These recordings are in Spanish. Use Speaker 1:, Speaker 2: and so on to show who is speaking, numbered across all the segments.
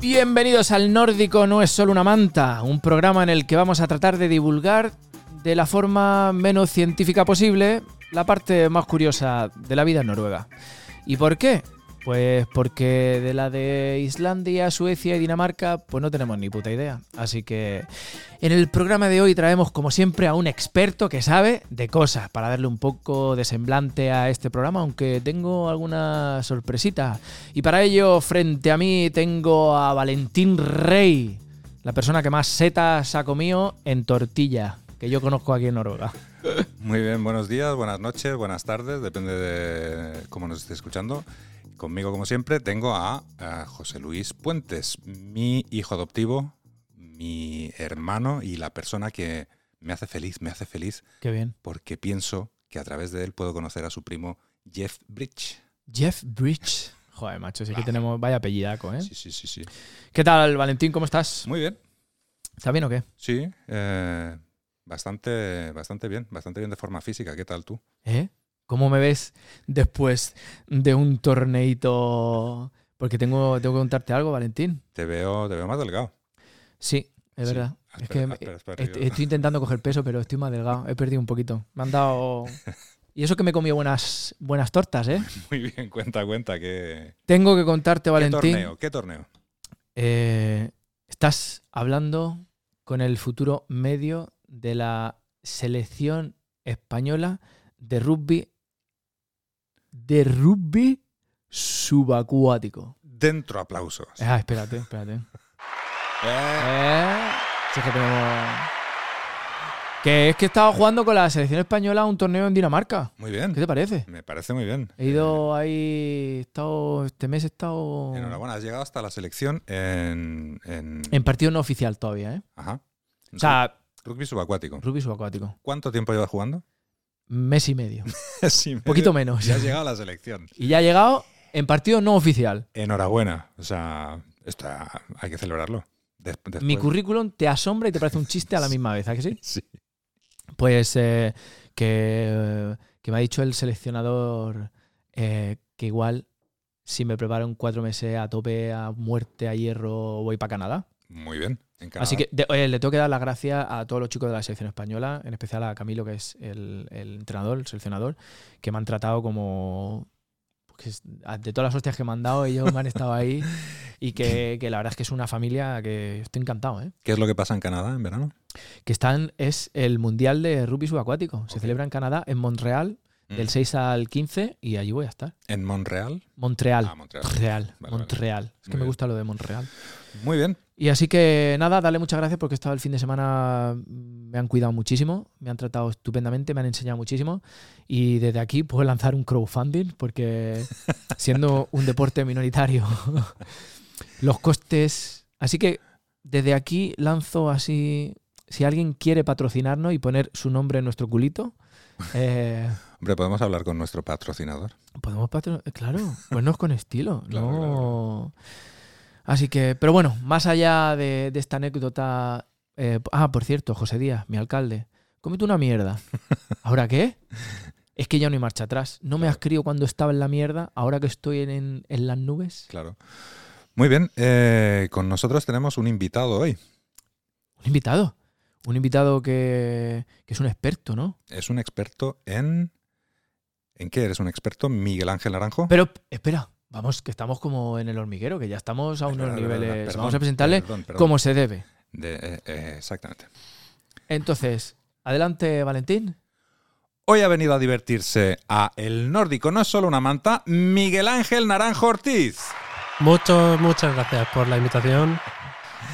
Speaker 1: Bienvenidos al Nórdico No es solo una manta, un programa en el que vamos a tratar de divulgar de la forma menos científica posible la parte más curiosa de la vida en noruega. ¿Y por qué? Pues porque de la de Islandia, Suecia y Dinamarca, pues no tenemos ni puta idea. Así que en el programa de hoy traemos, como siempre, a un experto que sabe de cosas, para darle un poco de semblante a este programa, aunque tengo alguna sorpresita. Y para ello, frente a mí, tengo a Valentín Rey, la persona que más setas ha comido en tortilla, que yo conozco aquí en Noruega.
Speaker 2: Muy bien, buenos días, buenas noches, buenas tardes, depende de cómo nos esté escuchando. Conmigo, como siempre, tengo a, a, José Luis Puentes, mi hijo adoptivo, mi hermano y la persona que me hace feliz, me hace feliz.
Speaker 1: Qué bien.
Speaker 2: Porque pienso que a través de él puedo conocer a su primo Jeff Bridge.
Speaker 1: Jeff Bridge. Joder, macho, sí que tenemos vaya apellidaco, ¿eh?
Speaker 2: Sí, sí, sí, sí.
Speaker 1: ¿Qué tal, Valentín? ¿Cómo estás?
Speaker 2: Muy bien.
Speaker 1: ¿Está bien o qué?
Speaker 2: Sí, eh, bastante, bastante bien, bastante bien de forma física. ¿Qué tal tú?
Speaker 1: ¿Eh? ¿Cómo me ves después de un torneito? Porque tengo, tengo que contarte algo, Valentín.
Speaker 2: Te veo, te veo más delgado.
Speaker 1: Sí, es
Speaker 2: Sí.
Speaker 1: verdad.
Speaker 2: Ah,
Speaker 1: Es
Speaker 2: espera,
Speaker 1: que
Speaker 2: espera, espera,
Speaker 1: est-
Speaker 2: yo-
Speaker 1: estoy intentando coger peso, pero estoy más delgado. He perdido un poquito. Me han dado. Y eso que me he comido buenas, buenas tortas, ¿eh?
Speaker 2: Muy bien, cuenta, cuenta. ¿Qué,
Speaker 1: Tengo que contarte,
Speaker 2: qué
Speaker 1: Valentín.
Speaker 2: torneo? ¿Qué torneo?
Speaker 1: eh, estás hablando con el futuro medio de la selección española de rugby. De rugby subacuático.
Speaker 2: Dentro aplausos.
Speaker 1: Ah, espérate, espérate.
Speaker 2: Eh,
Speaker 1: Eh, si es que tenemos- Que es que he estado jugando con la selección española un torneo en Dinamarca.
Speaker 2: muy bien.
Speaker 1: ¿Qué te parece?
Speaker 2: Me parece muy bien.
Speaker 1: He ido ahí, he estado, este mes he estado
Speaker 2: Eh, Enhorabuena, has llegado hasta la selección en. en-
Speaker 1: en partido no oficial todavía, ¿eh?
Speaker 2: Ajá.
Speaker 1: O sea,
Speaker 2: Rugby subacuático.
Speaker 1: rugby subacuático.
Speaker 2: ¿Cuánto tiempo llevas jugando?
Speaker 1: Mes y medio,
Speaker 2: sí, me-
Speaker 1: poquito menos.
Speaker 2: Ya has llegado a la selección.
Speaker 1: Y ya ha llegado en partido no oficial.
Speaker 2: Enhorabuena. O sea, está, hay que celebrarlo. Des- después-
Speaker 1: Mi currículum te asombra y te parece un chiste a la misma vez, ¿a que sí?
Speaker 2: Sí.
Speaker 1: Pues eh, que, eh, que me ha dicho el seleccionador eh, que igual si me preparo en cuatro meses a tope, a muerte, a hierro, voy para Canadá.
Speaker 2: Muy bien. en Canadá.
Speaker 1: Así que de- oye, le tengo que dar las gracias a todos los chicos de la selección española, en especial a Camilo, que es el, el entrenador, el seleccionador, que me han tratado como... pues, que es- de todas las hostias que me han dado, ellos me han estado ahí y que, que la verdad es que es una familia que estoy encantado, ¿eh?
Speaker 2: ¿Qué es lo que pasa en Canadá en verano?
Speaker 1: que están es el Mundial de Rugby Subacuático. Se
Speaker 2: Ok.
Speaker 1: celebra en Canadá, en Montreal, del
Speaker 2: Mm.
Speaker 1: 6 al 15 y allí voy a estar.
Speaker 2: ¿En Montreal?
Speaker 1: Montreal.
Speaker 2: Ah, Montreal.
Speaker 1: Montreal,
Speaker 2: vale.
Speaker 1: Montreal. Es que me
Speaker 2: Muy bien.
Speaker 1: gusta lo de Montreal.
Speaker 2: Muy bien.
Speaker 1: Y así que nada, dale muchas gracias porque he estado el fin de semana, mm, me han cuidado muchísimo, me han tratado estupendamente, me han enseñado muchísimo y desde aquí puedo lanzar un crowdfunding porque siendo un deporte minoritario, los costes... Así que desde aquí lanzo así, si alguien quiere patrocinarnos y poner su nombre en nuestro culito, eh,
Speaker 2: Hombre, podemos hablar con nuestro patrocinador.
Speaker 1: Podemos patrocinar. Claro, ponernos con estilo.
Speaker 2: Claro,
Speaker 1: no.
Speaker 2: claro,
Speaker 1: Así que, pero bueno, más allá de, de esta anécdota. eh, ah, por cierto, José Díaz, mi alcalde. Cómete una mierda. ¿Ahora qué? Es que ya no hay marcha atrás. No me
Speaker 2: Claro.
Speaker 1: has querido cuando estaba en la mierda, ahora que estoy en, en- en las nubes.
Speaker 2: Claro. Muy bien. eh, con nosotros tenemos un invitado hoy.
Speaker 1: Un invitado. Un invitado que, que es un experto, ¿no?
Speaker 2: Es un experto en. ¿En qué eres un experto? Miguel Ángel Naranjo.
Speaker 1: Pero, espera, vamos, que estamos como en el hormiguero, que ya estamos a
Speaker 2: Perdón,
Speaker 1: unos
Speaker 2: perdón,
Speaker 1: niveles.
Speaker 2: perdón,
Speaker 1: vamos a presentarle
Speaker 2: perdón, perdón.
Speaker 1: como se debe.
Speaker 2: De- eh, eh, exactamente.
Speaker 1: Entonces, adelante, Valentín.
Speaker 2: Hoy ha venido a divertirse a El Nórdico no es solo una manta, Miguel Ángel Naranjo Ortiz.
Speaker 3: Muchas, muchas gracias por la invitación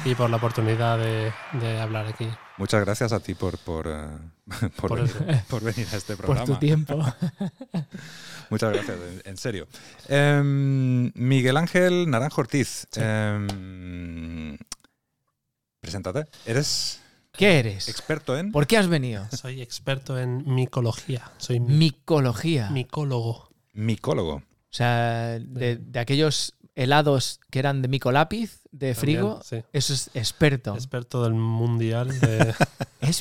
Speaker 3: y por la oportunidad de, de hablar aquí.
Speaker 2: Muchas gracias a ti por, por, eh, por
Speaker 3: Por
Speaker 2: venir,
Speaker 3: el-
Speaker 2: por venir a este
Speaker 1: por tu
Speaker 2: programa.
Speaker 1: tiempo.
Speaker 2: Muchas gracias, en, en serio. Em, Miguel Ángel Naranjo Ortiz, em, preséntate. Eres
Speaker 1: ¿Qué eres?
Speaker 2: experto en...
Speaker 1: ¿Por qué has venido?
Speaker 3: Soy experto en micología, soy mi-
Speaker 1: Micología.
Speaker 3: micólogo.
Speaker 2: Micólogo.
Speaker 1: O sea, de, de aquellos helados que eran de micolápiz, de
Speaker 3: también,
Speaker 1: frigo,
Speaker 3: sí.
Speaker 1: eso es experto. Es,
Speaker 3: Experto del mundial, de,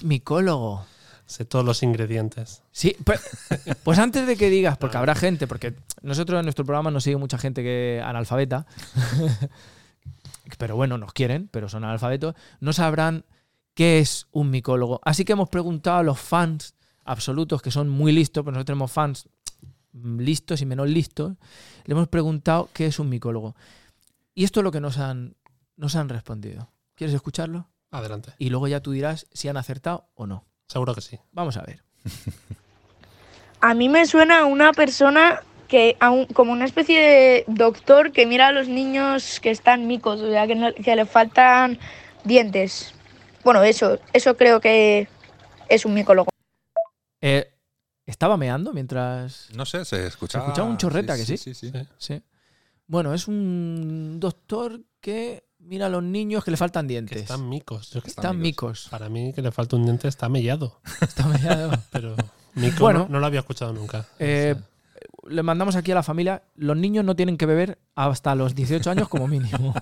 Speaker 1: micólogo.
Speaker 3: sé todos los ingredientes.
Speaker 1: Sí, pe- pues, antes de que digas, porque habrá gente, porque nosotros en nuestro programa nos sigue mucha gente que analfabeta. pero bueno, nos quieren, pero son analfabetos, no sabrán qué es un micólogo. Así que hemos preguntado a los fans absolutos, que son muy listos, pues nosotros tenemos fans listos y menos listos, le hemos preguntado qué es un micólogo. Y esto es lo que nos han, nos han respondido. ¿Quieres escucharlo?
Speaker 3: Adelante.
Speaker 1: Y luego ya tú dirás si han acertado o no.
Speaker 3: Seguro que sí.
Speaker 1: Vamos a ver.
Speaker 4: A mí me suena a una persona que a un- como una especie de doctor que mira a los niños que están micos, o sea, que, no- que le faltan dientes. Bueno, eso, eso creo que es un micólogo.
Speaker 1: Eh, ¿Estaba meando mientras...?
Speaker 2: No sé, se escuchaba.
Speaker 1: Se escuchaba un chorreta, ¿que
Speaker 2: Sí, sí.
Speaker 3: Sí.
Speaker 1: Sí. Bueno, es un doctor que mira a los niños que le faltan
Speaker 3: Que
Speaker 1: dientes.
Speaker 3: están micos. Yo que-
Speaker 2: están
Speaker 1: Están micos.
Speaker 2: micos.
Speaker 3: para mí que le falta un diente está mellado.
Speaker 1: Está meado.
Speaker 3: Pero mico
Speaker 1: Bueno.
Speaker 3: no, no lo había escuchado nunca.
Speaker 1: Eh,
Speaker 3: O sea,
Speaker 1: le mandamos aquí a la familia, los niños no tienen que beber hasta los 18 años como mínimo.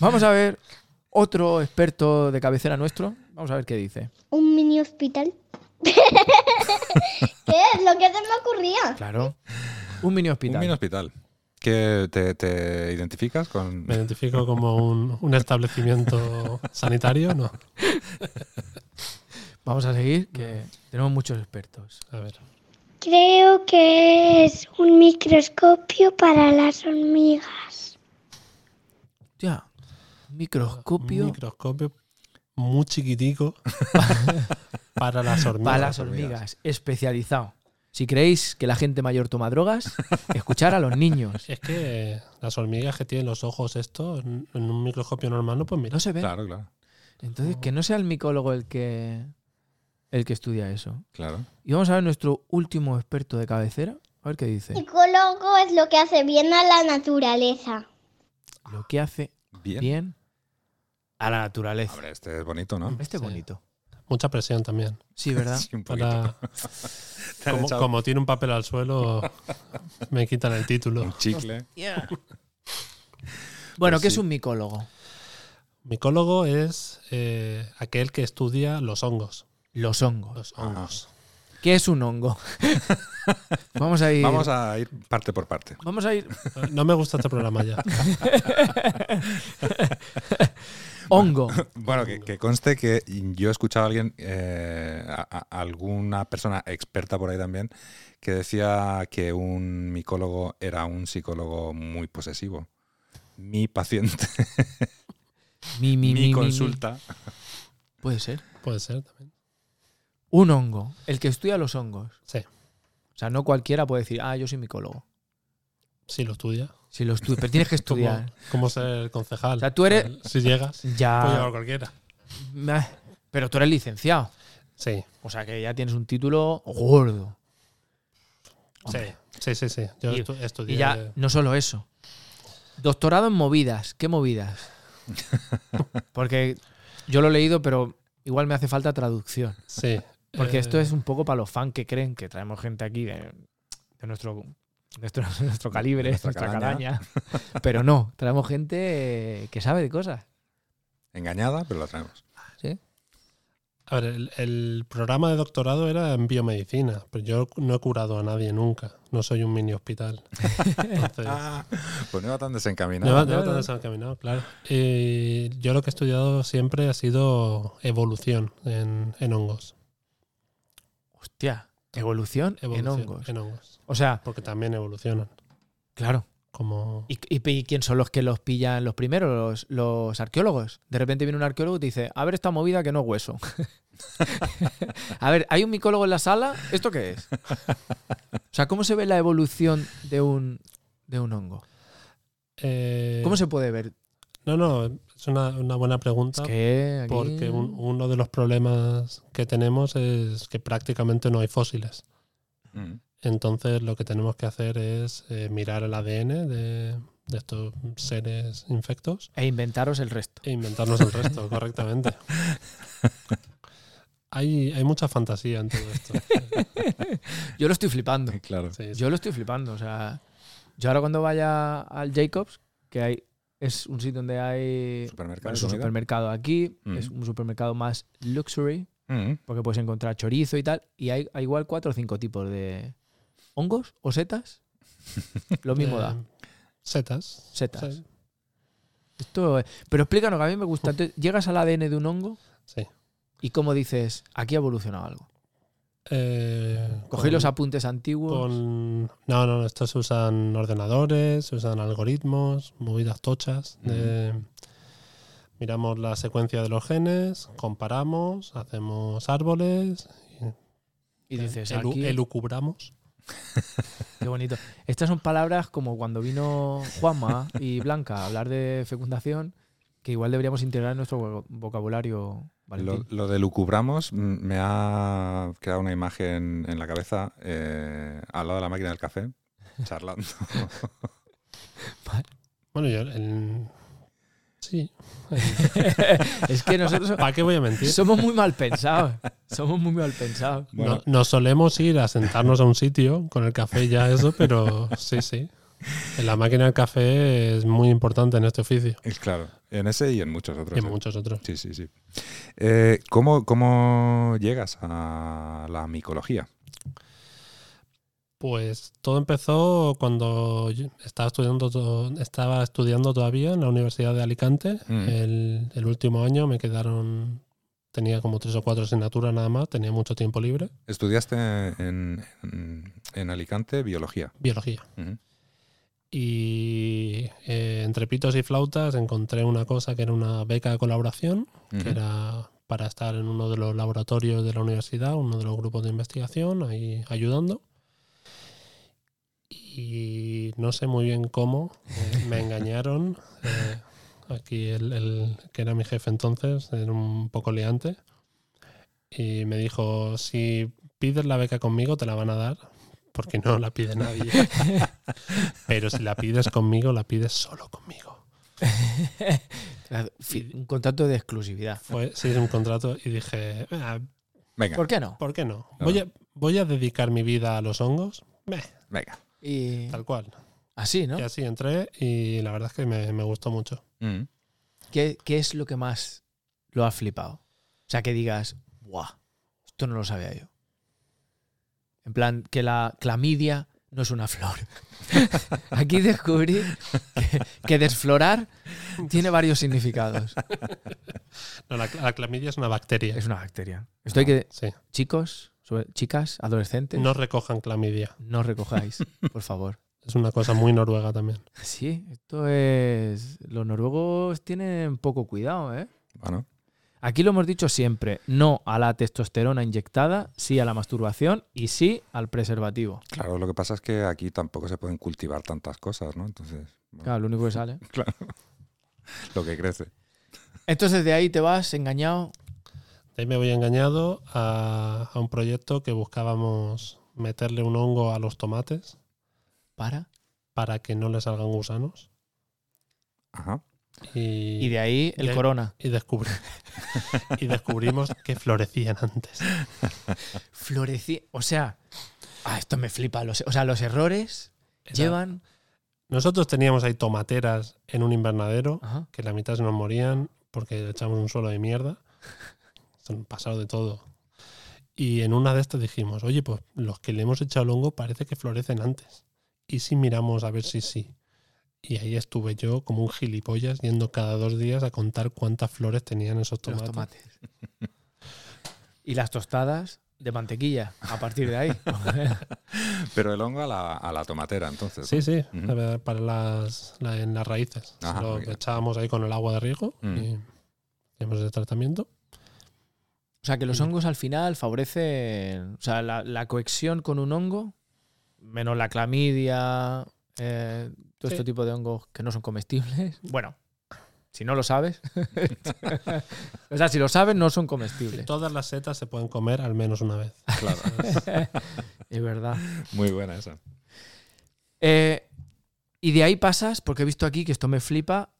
Speaker 1: Vamos a ver otro experto de cabecera nuestro, vamos a ver qué dice.
Speaker 5: un mini hospital. ¿Qué es lo que se me ocurría?
Speaker 1: Claro. Un mini hospital.
Speaker 2: Un mini hospital. Que te, te identificas con.
Speaker 3: me identifico como un, un establecimiento sanitario, ¿no?
Speaker 1: Vamos a seguir, que tenemos muchos expertos.
Speaker 3: A ver.
Speaker 5: Creo que es un microscopio para las hormigas.
Speaker 1: Ya. Microscopio
Speaker 3: Un microscopio muy chiquitico para las hormigas.
Speaker 1: para las hormigas, especializado. Si creéis que la gente mayor toma drogas, escuchar a los niños.
Speaker 3: Es que las hormigas que tienen los ojos estos en en un microscopio normal no pues mira.
Speaker 1: No se ve.
Speaker 2: Claro, claro.
Speaker 1: Entonces, que no sea el micólogo el que, el que estudia eso.
Speaker 2: Claro.
Speaker 1: Y vamos a ver nuestro último experto de cabecera. A ver qué dice.
Speaker 5: Psicólogo es lo que hace bien a la naturaleza.
Speaker 1: Lo que hace
Speaker 2: Bien.
Speaker 1: bien a la naturaleza.
Speaker 2: Hombre, este es bonito, ¿no?
Speaker 1: Este es
Speaker 3: Sí.
Speaker 1: bonito.
Speaker 3: Mucha presión también.
Speaker 1: Sí, ¿verdad?
Speaker 2: Sí, un poquito.
Speaker 3: Para,
Speaker 2: Te han
Speaker 3: como,
Speaker 2: echado
Speaker 3: como tiene un papel al suelo, me quitan el título.
Speaker 2: un chicle.
Speaker 1: Yeah. Bueno,
Speaker 2: Pues
Speaker 1: ¿qué
Speaker 2: sí.
Speaker 1: es un micólogo?
Speaker 3: Micólogo es eh, aquel que estudia los hongos.
Speaker 1: Los hongos.
Speaker 3: Los hongos.
Speaker 1: ¿Qué es un hongo? vamos a ir.
Speaker 2: Vamos a ir parte por parte.
Speaker 1: vamos a ir.
Speaker 3: No me gusta este programa ya.
Speaker 1: Hongo.
Speaker 2: Bueno, que, que conste que yo he escuchado a alguien, eh, a- a- alguna persona experta por ahí también, que decía que un micólogo era un psicólogo muy posesivo. Mi paciente,
Speaker 1: Mi, mi, mi,
Speaker 2: mi,
Speaker 1: mi, mi.
Speaker 2: consulta.
Speaker 1: Puede ser.
Speaker 3: Puede ser también.
Speaker 1: Un hongo. El que estudia los hongos.
Speaker 3: Sí,
Speaker 1: O sea, no cualquiera puede decir, ah, yo soy micólogo.
Speaker 3: sí lo estudia.
Speaker 1: Si lo estudias, pero tienes que
Speaker 3: Como,
Speaker 1: estudiar.
Speaker 3: como ser concejal.
Speaker 1: O sea, tú eres-
Speaker 3: Si llegas, puede llegar
Speaker 1: Pues Ya.
Speaker 3: cualquiera.
Speaker 1: Meh. Pero tú eres licenciado.
Speaker 3: Sí,
Speaker 1: O sea que ya tienes un título gordo.
Speaker 3: sí, sí, sí, sí. Yo
Speaker 1: Y-
Speaker 3: estu- estudié.
Speaker 1: Y ya, no solo eso. Doctorado en movidas. ¿Qué movidas? Porque yo lo he leído, pero igual me hace falta traducción.
Speaker 3: Sí.
Speaker 1: Porque
Speaker 3: eh,
Speaker 1: esto es un poco para los fans que creen que traemos gente aquí de, de nuestro, nuestro, nuestro calibre,
Speaker 2: De
Speaker 1: nuestra,
Speaker 2: nuestra
Speaker 1: calaña.
Speaker 2: calaña.
Speaker 1: Pero no, traemos gente eh, que sabe de cosas.
Speaker 2: Engañada, pero la traemos.
Speaker 3: A ver, el, el programa de doctorado era en biomedicina, pero yo no he curado a nadie nunca. No soy un mini hospital. Entonces,
Speaker 2: Ah, pues no iba tan
Speaker 3: no, no,
Speaker 2: desencaminado.
Speaker 3: no, no se han caminado, claro. Eh, yo lo que he estudiado siempre ha sido evolución en, en hongos.
Speaker 1: Hostia, evolución, en
Speaker 3: Evolución
Speaker 1: hongos. O sea,
Speaker 3: Porque también evolucionan.
Speaker 1: claro.
Speaker 3: Como
Speaker 1: ¿Y, y- y quién son los que los pillan los primeros? Los, los arqueólogos. De repente viene un arqueólogo y te dice, a ver esta movida que no es hueso. a ver, ¿hay un micólogo en la sala? ¿Esto qué es? O sea, ¿cómo se ve la evolución de un, de un hongo?
Speaker 3: Eh,
Speaker 1: ¿Cómo se puede ver?
Speaker 3: No, no, es una, una buena pregunta.
Speaker 1: Es que aquí-
Speaker 3: Porque un- uno de los problemas que tenemos es que prácticamente no hay fósiles.
Speaker 2: Mm.
Speaker 3: Entonces lo que tenemos que hacer es eh, mirar el ADN de, de estos seres infectos
Speaker 1: E inventaros el resto.
Speaker 3: e inventarnos el resto correctamente. Hay, hay mucha fantasía en todo esto.
Speaker 1: Yo lo estoy flipando.
Speaker 2: Mm, Claro.
Speaker 3: Sí, sí.
Speaker 1: Yo lo estoy flipando. O sea, yo ahora cuando vaya al Jacobs, que hay, es un sitio donde hay
Speaker 2: Supermercado.
Speaker 1: bueno,
Speaker 2: de
Speaker 1: es un
Speaker 2: comida.
Speaker 1: supermercado aquí,
Speaker 2: Mm.
Speaker 1: es un supermercado más luxury,
Speaker 2: Mm.
Speaker 1: porque puedes encontrar chorizo y tal, y hay, hay igual cuatro o cinco tipos de hongos o setas. Lo mismo
Speaker 3: Eh,
Speaker 1: da,
Speaker 3: Setas.
Speaker 1: setas.
Speaker 3: Sí.
Speaker 1: Esto es- Pero explícanos, que a mí me gusta. Entonces, llegas al ADN de un hongo
Speaker 3: Sí.
Speaker 1: y cómo dices, aquí ha evolucionado algo.
Speaker 3: Eh,
Speaker 1: Cogéis
Speaker 3: con-
Speaker 1: los apuntes antiguos.
Speaker 3: con- No, no, estos se usan ordenadores, se usan algoritmos, movidas tochas. de- miramos la secuencia de los genes, comparamos, hacemos árboles,
Speaker 1: Y dices,
Speaker 3: elu-
Speaker 1: aquí,
Speaker 3: elucubramos.
Speaker 1: qué bonito. Estas son palabras como cuando vino Juanma y Blanca a hablar de fecundación, que igual deberíamos integrar en nuestro vo- vocabulario.
Speaker 2: Lo,
Speaker 1: Valentín.
Speaker 2: lo de lucubramos mm, me ha creado una imagen en la cabeza eh, al lado de la máquina del café, charlando.
Speaker 3: Bueno, yo. el- Sí.
Speaker 1: es que nosotros so-
Speaker 3: ¿Para qué voy a mentir?
Speaker 1: somos muy mal pensados. Somos muy mal pensados.
Speaker 3: No-
Speaker 2: Bueno,
Speaker 3: nos solemos ir a sentarnos a un sitio con el café y ya eso, pero sí, sí. En la máquina del café es muy importante en este oficio
Speaker 2: es claro, en ese y en muchos otros.
Speaker 3: y en
Speaker 2: ¿eh?
Speaker 3: muchos otros.
Speaker 2: Sí, sí, sí. Eh, ¿cómo, ¿Cómo llegas a la micología?
Speaker 3: Pues todo empezó cuando yo estaba estudiando, to- estaba estudiando todavía en la Universidad de Alicante.
Speaker 2: Mm.
Speaker 3: El, el último año me quedaron, tenía como tres o cuatro asignaturas nada más, tenía mucho tiempo libre.
Speaker 2: Estudiaste en, en- en Alicante biología.
Speaker 3: Biología.
Speaker 2: Ujú.
Speaker 3: Y eh, entre pitos y flautas encontré una cosa que era una beca de colaboración, que
Speaker 2: Ujú.
Speaker 3: era para estar en uno de los laboratorios de la universidad, uno de los grupos de investigación, ahí ayudando. Y no sé muy bien cómo, eh, me engañaron. eh, aquí el, el que era mi jefe entonces, era un poco liante. Y me dijo, si pides la beca conmigo, te la van a dar, porque no la pide nadie. Pero si la pides conmigo, la pides solo conmigo.
Speaker 1: Fi- Un contrato de exclusividad.
Speaker 3: Fue, sí, es un contrato y dije, "Ah,
Speaker 2: Venga,
Speaker 1: ¿Por qué no?
Speaker 3: ¿por qué no? Voy a, voy a dedicar mi vida a los hongos. Meh,
Speaker 2: venga.
Speaker 1: Y
Speaker 3: tal cual.
Speaker 1: así, ¿no?
Speaker 3: Y así entré y la verdad es que me, me gustó mucho.
Speaker 2: Mm.
Speaker 1: ¿Qué, qué es lo que más lo ha flipado? O sea, que digas, ¡guau! Esto no lo sabía yo. En plan, que la clamidia no es una flor. Aquí descubrí que, que desflorar tiene varios significados.
Speaker 3: No, la, la clamidia es una bacteria.
Speaker 1: Es una bacteria. Esto hay que.
Speaker 3: Sí.
Speaker 1: Chicos, sobre- chicas, adolescentes,
Speaker 3: No recojan clamidia.
Speaker 1: no recojáis, por favor.
Speaker 3: Es una cosa muy noruega también.
Speaker 1: Sí, esto es. Los noruegos tienen poco cuidado, ¿eh?
Speaker 2: Bueno,
Speaker 1: Aquí lo hemos dicho siempre, no a la testosterona inyectada, sí a la masturbación y sí al preservativo.
Speaker 2: claro, lo que pasa es que aquí tampoco se pueden cultivar tantas cosas, ¿no? Entonces, bueno,
Speaker 1: Claro, lo único que sale.
Speaker 2: lo que crece.
Speaker 1: Entonces de ahí te vas engañado.
Speaker 3: De ahí me voy engañado a, a un proyecto que buscábamos meterle un hongo a los tomates
Speaker 1: Para.
Speaker 3: para que no le salgan gusanos.
Speaker 2: Ajá.
Speaker 3: Y,
Speaker 1: Y de ahí el
Speaker 3: de ahí-
Speaker 1: corona.
Speaker 3: y descubrí- y descubrimos que florecían antes.
Speaker 1: Florecí. O sea. Ah, esto me flipa. Los, o sea, los errores
Speaker 3: Era-
Speaker 1: llevan.
Speaker 3: Nosotros teníamos ahí tomateras en un invernadero,
Speaker 1: Ajá.
Speaker 3: que la mitad se nos morían porque le echamos un suelo de mierda. Son pasado de todo. Y en una de estas dijimos, oye, pues los que le hemos echado el hongo parece que florecen antes. ¿Y si miramos a ver si sí? Y ahí estuve yo como un gilipollas yendo cada dos días a contar cuántas flores tenían esos
Speaker 1: Los
Speaker 3: tomates.
Speaker 1: tomates. y las tostadas de mantequilla a partir de ahí.
Speaker 2: Pero el hongo a la, a la tomatera, entonces.
Speaker 3: Sí, sí,
Speaker 2: Ujú.
Speaker 3: la verdad, para las, la- en las raíces. Se
Speaker 2: Ajá,
Speaker 3: lo
Speaker 2: muy bien.
Speaker 3: echábamos ahí con el agua de riego
Speaker 2: Mm.
Speaker 3: y hacíamos el tratamiento.
Speaker 1: O sea, que los hongos al final favorecen. O sea, la, la cohesión con un hongo, menos la clamidia, eh, todo
Speaker 3: Sí.
Speaker 1: este tipo de hongos que no son comestibles. Bueno, si no lo sabes. o sea, si lo sabes, no son comestibles.
Speaker 3: Todas las setas se pueden comer al menos una vez.
Speaker 2: Claro.
Speaker 1: Es verdad.
Speaker 2: Muy buena esa.
Speaker 1: Eh, y de ahí pasas, porque he visto aquí que esto me flipa.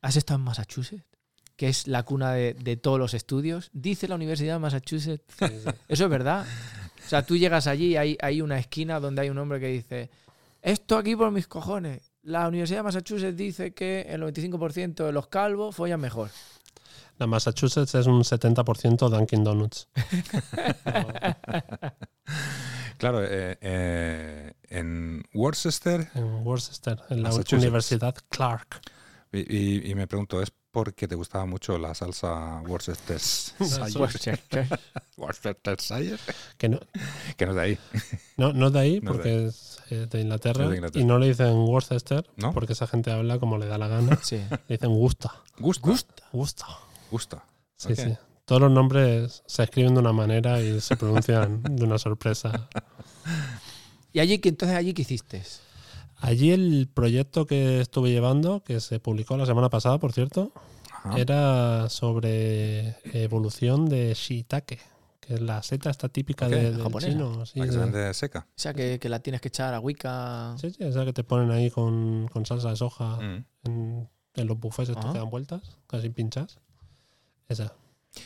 Speaker 1: ¿Has estado en Massachusetts? Que es la cuna de, de todos los estudios. Dice la Universidad de Massachusetts Eso es verdad. O sea, tú llegas allí y hay, hay una esquina donde hay un hombre que dice, esto aquí por mis cojones. La Universidad de Massachusetts dice que el 95% de los calvos follan mejor.
Speaker 3: La Massachusetts es un 70% Dunkin' Donuts.
Speaker 2: Claro, eh, eh, en Worcester,
Speaker 3: En Worcester, en la
Speaker 2: Massachusetts.
Speaker 3: Universidad Clark.
Speaker 2: Y, y- y me pregunto, ¿es porque te gustaba mucho la salsa Worcestershire?
Speaker 1: Worcestershire.
Speaker 2: Worcestershire?
Speaker 3: Que no,
Speaker 2: Que no es de ahí.
Speaker 3: no, no es de ahí,
Speaker 2: No es de
Speaker 3: porque es eh, de Inglaterra,
Speaker 2: Es de Inglaterra.
Speaker 3: Y no le dicen Worcester,
Speaker 2: ¿No?
Speaker 3: porque esa gente habla como le da la gana.
Speaker 1: Sí.
Speaker 3: Le dicen gusta.
Speaker 2: Gusta.
Speaker 3: Gusta.
Speaker 2: Gusta.
Speaker 3: Sí,
Speaker 2: Ok.
Speaker 3: sí. Todos los nombres se escriben de una manera y se pronuncian de una sorpresa.
Speaker 1: ¿Y allí que entonces allí qué hiciste?
Speaker 3: Allí el proyecto que estuve llevando, que se publicó la semana pasada, por cierto,
Speaker 2: Ajá.
Speaker 3: era sobre evolución de shiitake, que es la seta esta típica
Speaker 2: Ok,
Speaker 3: de, del
Speaker 1: japonesa.
Speaker 3: chino. Sí,
Speaker 2: La que
Speaker 3: de-
Speaker 2: se vende seca.
Speaker 1: O sea, que, que la tienes que echar a Wicca.
Speaker 3: sí, sí, esa que te ponen ahí con, con salsa de soja
Speaker 2: Mm. Ah.
Speaker 3: en, en los buffets estos
Speaker 1: Ajá.
Speaker 3: que dan vueltas, casi pinchas. Esa,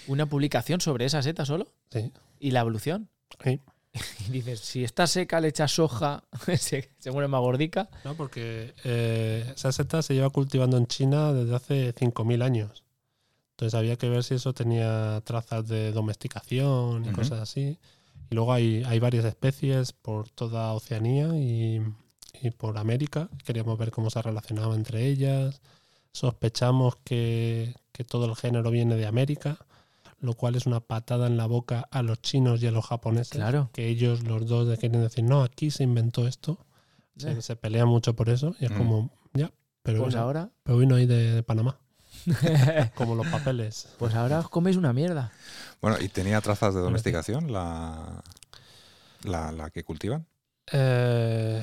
Speaker 1: Una publicación sobre esa seta solo
Speaker 3: sí.
Speaker 1: y la evolución.
Speaker 3: Sí.
Speaker 1: Y dices, si está seca, le echas soja, se, se muere más gordica.
Speaker 3: No, porque eh, esa seta se lleva cultivando en China desde hace 5.000 años. Entonces había que ver si eso tenía trazas de domesticación y
Speaker 2: Ujú.
Speaker 3: cosas así. Y luego hay, hay varias especies por toda Oceanía y, y por América. Queríamos ver cómo se relacionaba entre ellas. Sospechamos que, que todo el género viene de América, lo cual es una patada en la boca a los chinos y a los japoneses.
Speaker 1: Claro.
Speaker 3: Que ellos los dos quieren decir, no, aquí se inventó esto. Se,
Speaker 1: Eh,
Speaker 3: se pelea mucho por eso y es
Speaker 2: Mm.
Speaker 3: como, ya, pero,
Speaker 1: Pues
Speaker 3: bueno,
Speaker 1: ahora,
Speaker 3: pero hoy no hay de, de Panamá. como los papeles.
Speaker 1: pues ahora os coméis una mierda.
Speaker 2: Bueno, ¿y tenía trazas de domesticación la, la, la que cultivan?
Speaker 3: Eh,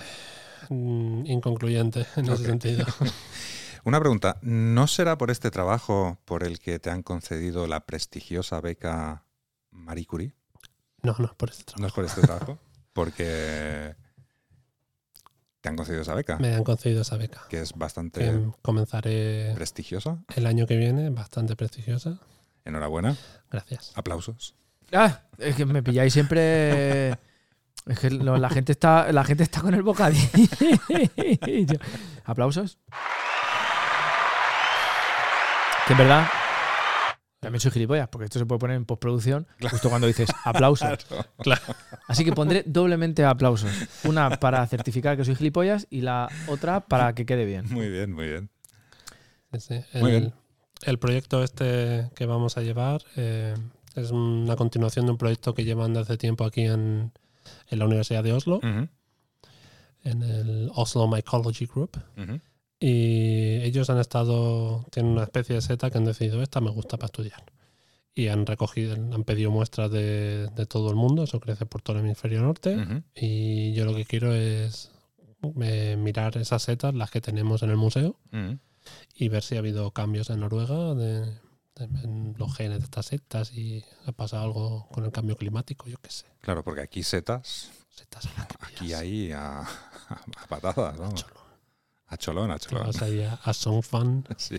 Speaker 3: mm, inconcluyente en ese
Speaker 2: Ok.
Speaker 3: sentido.
Speaker 2: Una pregunta. ¿No será por este trabajo por el que te han concedido la prestigiosa beca Marie Curie?
Speaker 3: No, no, por este trabajo.
Speaker 2: ¿No es por este trabajo? Porque te han concedido esa beca,
Speaker 3: Me han concedido esa beca.
Speaker 2: que es
Speaker 3: que
Speaker 2: bastante eh,
Speaker 3: comenzaré
Speaker 2: prestigiosa.
Speaker 3: el año que viene, bastante prestigiosa.
Speaker 2: Enhorabuena.
Speaker 3: Gracias.
Speaker 2: Aplausos.
Speaker 1: Ah, es que me pilláis siempre. Es que lo- la, gente está, la gente está con el bocadillo. Aplausos. Que en verdad. También soy gilipollas, porque esto se puede poner en postproducción justo cuando dices aplausos. Así que pondré doblemente aplausos. Una para certificar que soy gilipollas y la otra para que quede bien.
Speaker 2: Muy bien, muy bien.
Speaker 3: Sí, sí.
Speaker 2: Muy
Speaker 3: El,
Speaker 2: bien.
Speaker 3: el proyecto este que vamos a llevar eh, es una continuación de un proyecto que llevan desde hace tiempo aquí en, en la Universidad de Oslo,
Speaker 2: Ujú, Mm.
Speaker 3: en el Oslo Mycology Group.
Speaker 2: ujú.
Speaker 3: Y ellos han estado, tienen una especie de seta que han decidido, esta me gusta para estudiar. Y han recogido, han pedido muestras de, de todo el mundo, eso crece por todo el hemisferio norte.
Speaker 2: Ujú.
Speaker 3: Y yo lo que quiero es eh, mirar esas setas, las que tenemos en el museo,
Speaker 2: Ujú.
Speaker 3: y ver si ha habido cambios en Noruega de, de- en los genes de estas setas y ha pasado algo con el cambio climático, yo qué sé.
Speaker 2: Claro, porque aquí setas,
Speaker 3: Setas a la que
Speaker 2: aquí
Speaker 3: pillas.
Speaker 2: hay a, a patadas,
Speaker 3: A
Speaker 2: vamos.
Speaker 3: cholón.
Speaker 2: A cholón, a
Speaker 3: Te
Speaker 2: cholón.
Speaker 3: vas ahí a, a Songfan.
Speaker 2: Sí.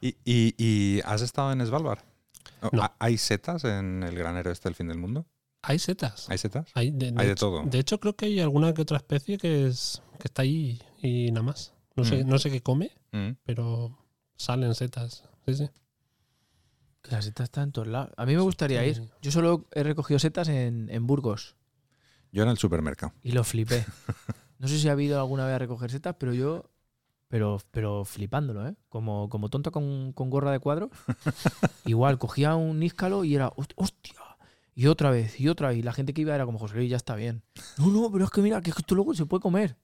Speaker 2: ¿Y, y, y has estado en Svalbard? ¿O
Speaker 3: No.
Speaker 2: ha- ¿Hay setas en el granero este del fin del mundo?
Speaker 3: Hay setas.
Speaker 2: ¿Hay setas?
Speaker 3: Hay de,
Speaker 2: Hay de
Speaker 3: hecho-
Speaker 2: todo.
Speaker 3: De hecho, creo que hay alguna que otra especie que es que está ahí y nada más. No sé,
Speaker 2: Mm.
Speaker 3: no sé qué come,
Speaker 2: Mm.
Speaker 3: pero salen setas. Sí, sí.
Speaker 1: Que la seta está en todos lados. A mí me gustaría ir. Yo solo he recogido setas en, en Burgos.
Speaker 2: Yo en el supermercado.
Speaker 1: Y lo flipé. No sé si ha habido alguna vez a recoger setas, pero yo. Pero, pero flipándolo, ¿eh? Como, como tonto con, con gorra de cuadros. Igual, cogía un níscalo y era, "Host- ¡hostia! Y otra vez, y otra vez. Y la gente que iba era como, José Luis, ya está bien. No, no, pero es que mira, que esto luego se puede comer.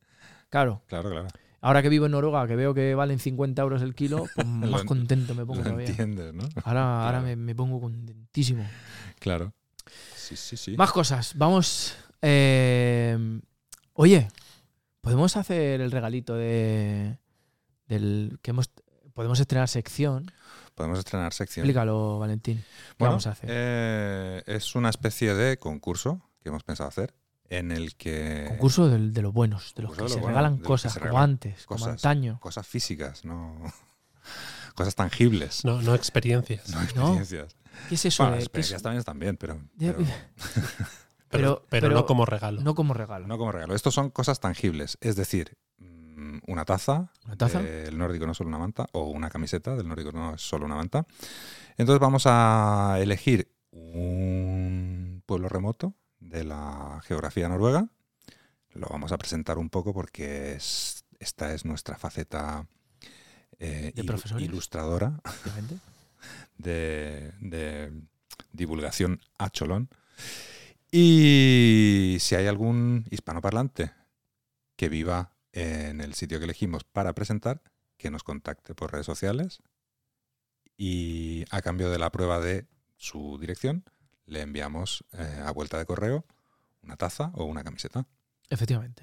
Speaker 1: Claro,
Speaker 2: Claro, claro.
Speaker 1: ahora que vivo en Noruega, que veo que valen 50 euros el kilo, pues más
Speaker 2: en-
Speaker 1: contento me pongo
Speaker 2: Lo
Speaker 1: todavía.
Speaker 2: entiendes, ¿no?
Speaker 1: Ahora, ahora
Speaker 2: Claro.
Speaker 1: me, me pongo contentísimo.
Speaker 2: Claro. Sí, sí, sí.
Speaker 1: Más cosas, vamos. eh, oye, podemos hacer el regalito de del que hemos podemos estrenar sección.
Speaker 2: Podemos estrenar sección.
Speaker 1: Explícalo, Valentín. ¿Qué
Speaker 2: Bueno,
Speaker 1: vamos a hacer?
Speaker 2: eh, es una especie de concurso que hemos pensado hacer en el que...
Speaker 1: Concurso del- de los buenos, de los que
Speaker 2: concurso de
Speaker 1: se
Speaker 2: los buenos, de
Speaker 1: regalan
Speaker 2: los que
Speaker 1: cosas,
Speaker 2: se
Speaker 1: como
Speaker 2: regalan
Speaker 1: antes, como
Speaker 2: cosas.
Speaker 1: antaño.
Speaker 2: Cosas físicas, no... Cosas tangibles,
Speaker 3: No, no experiencias.
Speaker 2: no
Speaker 1: No.
Speaker 2: experiencias.
Speaker 1: ¿Qué es eso?
Speaker 2: Bueno,
Speaker 1: de-
Speaker 2: las
Speaker 1: qué es-
Speaker 2: experiencias también están bien, pero...
Speaker 1: Ya,
Speaker 2: pero-
Speaker 1: Pero-
Speaker 3: pero, pero,
Speaker 1: pero-
Speaker 3: no como regalo.
Speaker 1: no como regalo.
Speaker 2: No como regalo. Estos son cosas tangibles. Es decir, mm, una taza.
Speaker 1: ¿Una taza?
Speaker 2: El nórdico no es solo una manta. O una camiseta del nórdico no es solo una manta. Entonces vamos a elegir un pueblo remoto de la geografía noruega. Lo vamos a presentar un poco porque es- esta es nuestra faceta eh,
Speaker 1: ¿De
Speaker 2: il-
Speaker 1: profesores?
Speaker 2: ilustradora
Speaker 1: Efectivamente.
Speaker 2: de, de divulgación a cholón. Y si hay algún hispanoparlante que viva en el sitio que elegimos para presentar, que nos contacte por redes sociales y a cambio de la prueba de su dirección, le enviamos eh, a vuelta de correo una taza o una camiseta.
Speaker 1: Efectivamente.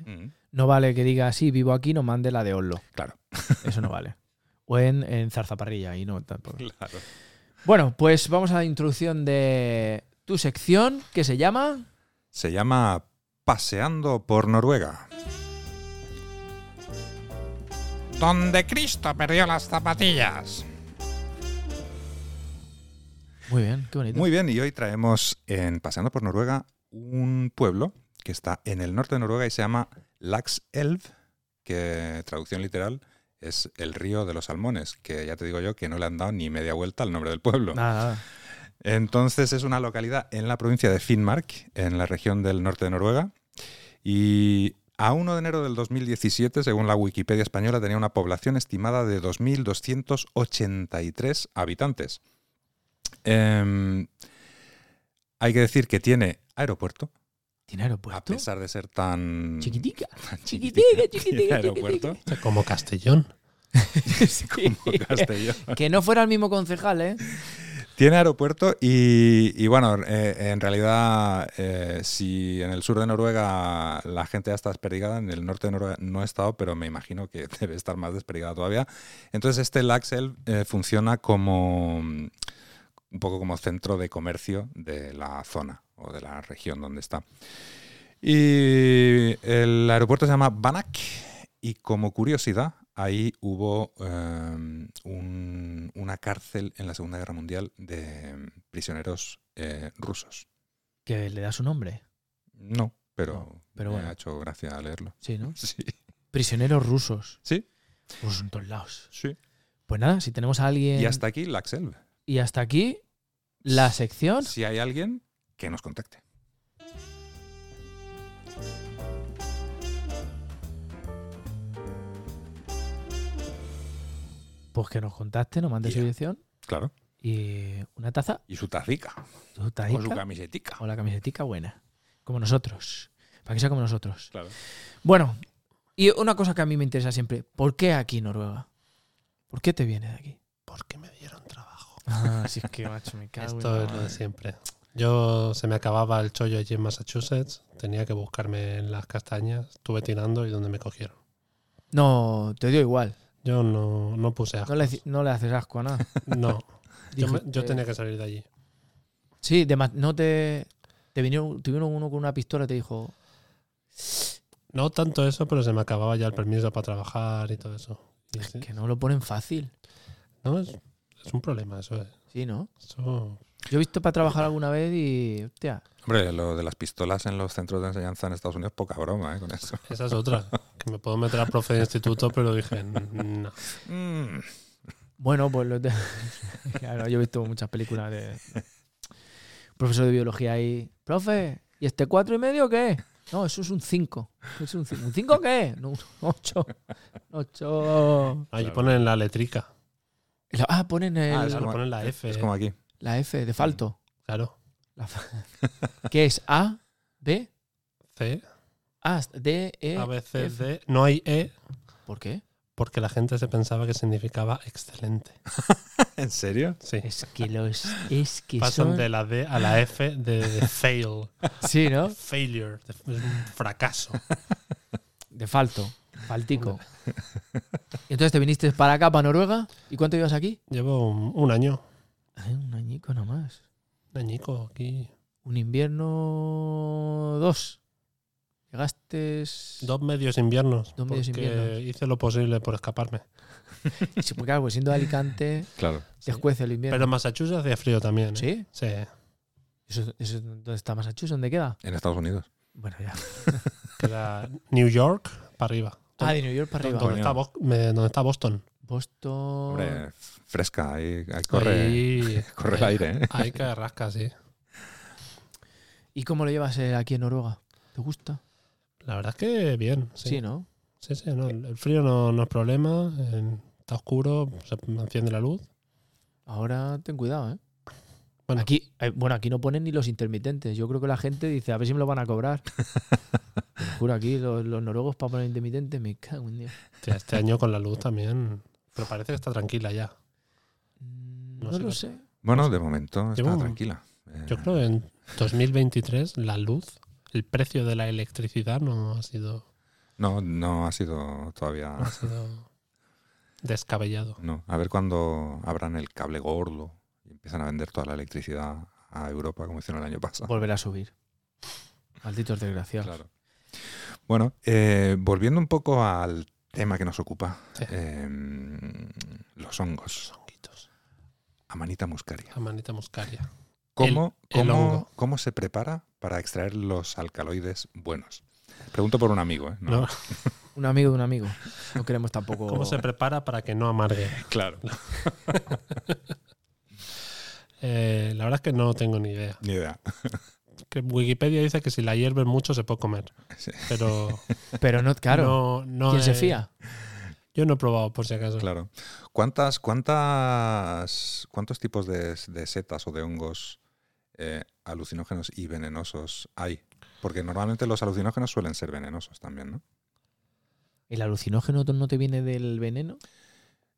Speaker 1: No vale que diga, sí, vivo aquí, no mande la de Oslo.
Speaker 2: Claro.
Speaker 1: Eso no vale. O en, en Zarzaparrilla, y no tampoco.
Speaker 2: Claro.
Speaker 1: Bueno, pues vamos a la introducción de tu sección, que se llama...
Speaker 2: Se llama Paseando por Noruega. Donde Cristo perdió las zapatillas.
Speaker 1: Muy bien, qué bonito.
Speaker 2: Muy bien, y hoy traemos en Paseando por Noruega un pueblo que está en el norte de Noruega y se llama Laxelv, que traducción literal es el río de los salmones, que ya te digo yo que no le han dado ni media vuelta al nombre del pueblo.
Speaker 1: Nada, nada.
Speaker 2: Entonces es una localidad en la provincia de Finnmark, en la región del norte de Noruega. Y a 1 de enero del 2017, según la Wikipedia española, tenía una población estimada de 2.283 habitantes. Em, hay que decir que tiene aeropuerto,
Speaker 1: ¿Tiene aeropuerto?
Speaker 2: a pesar de ser tan
Speaker 1: Chiquitica.
Speaker 2: tan
Speaker 1: chiquitica,
Speaker 2: chiquitica,
Speaker 1: chiquitica,
Speaker 2: tiene aeropuerto,
Speaker 3: O sea, Como Castellón.
Speaker 2: como Castellón.
Speaker 1: que no fuera el mismo concejal, ¿eh?
Speaker 2: Tiene aeropuerto y, y bueno, eh, en realidad eh, si en el sur de Noruega la gente ya está desperdigada, en el norte de Noruega no he estado, pero me imagino que debe estar más desperdigada todavía. Entonces este Laxel eh, funciona como mm, un poco como centro de comercio de la zona o de la región donde está. Y el aeropuerto se llama Banak y como curiosidad, ahí hubo eh, un- una cárcel en la Segunda Guerra Mundial de prisioneros eh, rusos.
Speaker 1: Que le da su nombre.
Speaker 2: No, pero,
Speaker 1: No, pero
Speaker 2: me
Speaker 1: bueno.
Speaker 2: ha hecho gracia leerlo.
Speaker 1: Sí, ¿no?
Speaker 2: Sí,
Speaker 1: Prisioneros rusos.
Speaker 2: sí.
Speaker 1: Rusos en todos lados.
Speaker 2: sí.
Speaker 1: Pues nada, si tenemos a alguien...
Speaker 2: Y hasta aquí la Axel.
Speaker 1: y hasta aquí la sección.
Speaker 2: Si hay alguien, que nos contacte.
Speaker 1: Pues que nos contacte, nos mande su
Speaker 2: Ya.
Speaker 1: dirección
Speaker 2: Claro.
Speaker 1: y una taza.
Speaker 2: Y su tazica,
Speaker 1: su
Speaker 2: o su
Speaker 1: tajica,
Speaker 2: camisetica.
Speaker 1: O la camisetica buena. Como nosotros. Para que sea como nosotros.
Speaker 2: Claro.
Speaker 1: Bueno, y una cosa que a mí me interesa siempre, ¿por qué aquí Noruega? ¿Por qué te vienes de aquí?
Speaker 3: Porque me dieron trabajo.
Speaker 1: Ah, sí, es que macho, me cago en
Speaker 3: Esto
Speaker 1: la
Speaker 3: es lo de
Speaker 1: madre.
Speaker 3: siempre. Yo se me acababa el chollo allí en Massachusetts, tenía que buscarme en las castañas, estuve tirando y donde me cogieron.
Speaker 1: No, te dio igual.
Speaker 3: Yo no, no puse asco.
Speaker 1: No le, no le haces asco a nada.
Speaker 3: No, yo, me- yo
Speaker 1: Dijiste-
Speaker 3: tenía que salir de allí.
Speaker 1: Sí, de ma- no te. Te vinieron, te vino uno con una pistola y te dijo.
Speaker 3: No tanto eso, pero se me acababa ya el permiso para trabajar y todo eso. Y
Speaker 1: Es
Speaker 3: sí,
Speaker 1: que no lo ponen fácil.
Speaker 3: No, es, es un problema eso. eh.
Speaker 1: Sí, ¿no?
Speaker 3: Eso-
Speaker 1: Yo he visto para trabajar alguna vez y. Hostia.
Speaker 2: Hombre, lo de las pistolas en los centros de enseñanza en Estados Unidos, poca broma ¿eh? con eso.
Speaker 3: esa es otra. Que me puedo meter a profe de instituto, pero dije, no.
Speaker 2: Mm.
Speaker 1: Bueno, pues lo de- Claro, yo he visto muchas películas de. Profesor de biología ahí. Profe, ¿y este cuatro y medio qué? No, eso es un 5. ¿Es un 5 ¿Un cinco qué? No, un 8. 8.
Speaker 3: Ahí
Speaker 2: Claro.
Speaker 3: ponen la letrica,
Speaker 1: Ah, ponen el-
Speaker 2: Ah, es
Speaker 3: claro,
Speaker 2: como-
Speaker 3: ponen la F,
Speaker 2: Es como aquí.
Speaker 1: la F de falto.
Speaker 3: claro.
Speaker 1: La fa- ¿Qué es? A, B,
Speaker 3: C,
Speaker 1: A, D, E.
Speaker 3: A, B, C,
Speaker 1: F.
Speaker 3: D. No hay E
Speaker 1: ¿Por qué?
Speaker 3: porque la gente se pensaba que significaba excelente.
Speaker 2: ¿En serio?
Speaker 3: Sí.
Speaker 1: Es que los. Es que
Speaker 3: Pasan
Speaker 1: son.
Speaker 3: de la D a la F de, de fail.
Speaker 1: Sí, ¿no?
Speaker 3: Failure. de- Es un fracaso.
Speaker 1: De falto. Faltico. Y Entonces te viniste para acá, para Noruega. ¿Y cuánto llevas aquí?
Speaker 3: Llevo un, un año.
Speaker 1: Ay, un añico nomás.
Speaker 3: Un añico aquí.
Speaker 1: Un invierno dos. Llegaste.
Speaker 3: Dos medios inviernos.
Speaker 1: Dos medios
Speaker 3: porque
Speaker 1: inviernos.
Speaker 3: Hice lo posible por escaparme.
Speaker 1: Sí, porque, claro, pues siendo de Alicante,
Speaker 2: Claro.
Speaker 1: te escuece el invierno.
Speaker 3: Pero en Massachusetts hacía frío también. ¿eh?
Speaker 1: ¿Sí?
Speaker 3: Sí.
Speaker 1: ¿Eso, eso es dónde está Massachusetts? ¿Dónde queda?
Speaker 2: En Estados Unidos.
Speaker 1: Bueno, ya.
Speaker 3: Que era New York para arriba.
Speaker 1: Ah, de New York para arriba.
Speaker 3: Donde está, Bo- me- donde está Boston.
Speaker 1: Boston.
Speaker 2: Hombre, f- fresca, ahí, ahí corre,
Speaker 3: Ahí-
Speaker 2: corre el aire. ¿eh?
Speaker 3: Ahí que rasca, sí.
Speaker 1: ¿Y cómo lo llevas eh, aquí en Noruega? ¿Te gusta?
Speaker 3: La verdad es que bien. Sí,
Speaker 1: Sí, ¿no?
Speaker 3: Sí, sí, no, el el frío no, no es problema. eh, está oscuro, se enciende la luz.
Speaker 1: Ahora ten cuidado, ¿eh?
Speaker 3: Bueno.
Speaker 1: Aquí, eh, bueno, aquí no ponen ni los intermitentes. Yo creo que la gente dice, a ver si me lo van a cobrar. Te juro, aquí los, los noruegos para poner intermitentes, me cago en Dios.
Speaker 3: Hostia, Este año con la luz también. Pero parece que está tranquila ya.
Speaker 1: Mm, No,
Speaker 3: No sé,
Speaker 1: lo
Speaker 3: no
Speaker 1: sé.
Speaker 2: Bueno, de momento está
Speaker 3: Llevo un-
Speaker 2: tranquila. Eh,
Speaker 3: Yo creo que en 2023 la luz, el precio de la electricidad no ha sido,
Speaker 2: No, no ha sido todavía.
Speaker 3: no ha sido descabellado.
Speaker 2: No. A ver cuando abran el cable gordo y empiezan a vender toda la electricidad a Europa como hicieron el año pasado.
Speaker 1: Volverá a subir. Malditos desgraciados.
Speaker 2: Claro. Bueno, eh, volviendo un poco al tema que nos ocupa,
Speaker 3: Sí.
Speaker 2: eh, los hongos,
Speaker 3: Honguitos.
Speaker 2: amanita muscaria.
Speaker 3: La manita muscaria.
Speaker 2: ¿Cómo,
Speaker 3: el
Speaker 2: cómo-
Speaker 3: hongo.
Speaker 2: cómo se prepara para extraer los alcaloides buenos? Pregunto por un amigo, ¿eh? No.
Speaker 3: No,
Speaker 1: Un amigo de un amigo. No queremos tampoco.
Speaker 3: ¿Cómo se prepara para que no amargue?
Speaker 2: Claro.
Speaker 3: Eh, la verdad es que no tengo ni idea.
Speaker 2: Ni idea.
Speaker 3: Que Wikipedia dice que si la hierven mucho se puede comer.
Speaker 2: Sí.
Speaker 3: Pero
Speaker 1: Pero no, claro.
Speaker 3: no, no eh.
Speaker 1: ¿Quién se
Speaker 3: he-
Speaker 1: fía?
Speaker 3: Yo no he probado, por si acaso.
Speaker 2: Claro. ¿Cuántas, cuántas, ¿Cuántos tipos de, de setas o de hongos eh, alucinógenos y venenosos hay? Porque normalmente los alucinógenos suelen ser venenosos también, ¿no?
Speaker 1: ¿El alucinógeno no te viene del veneno?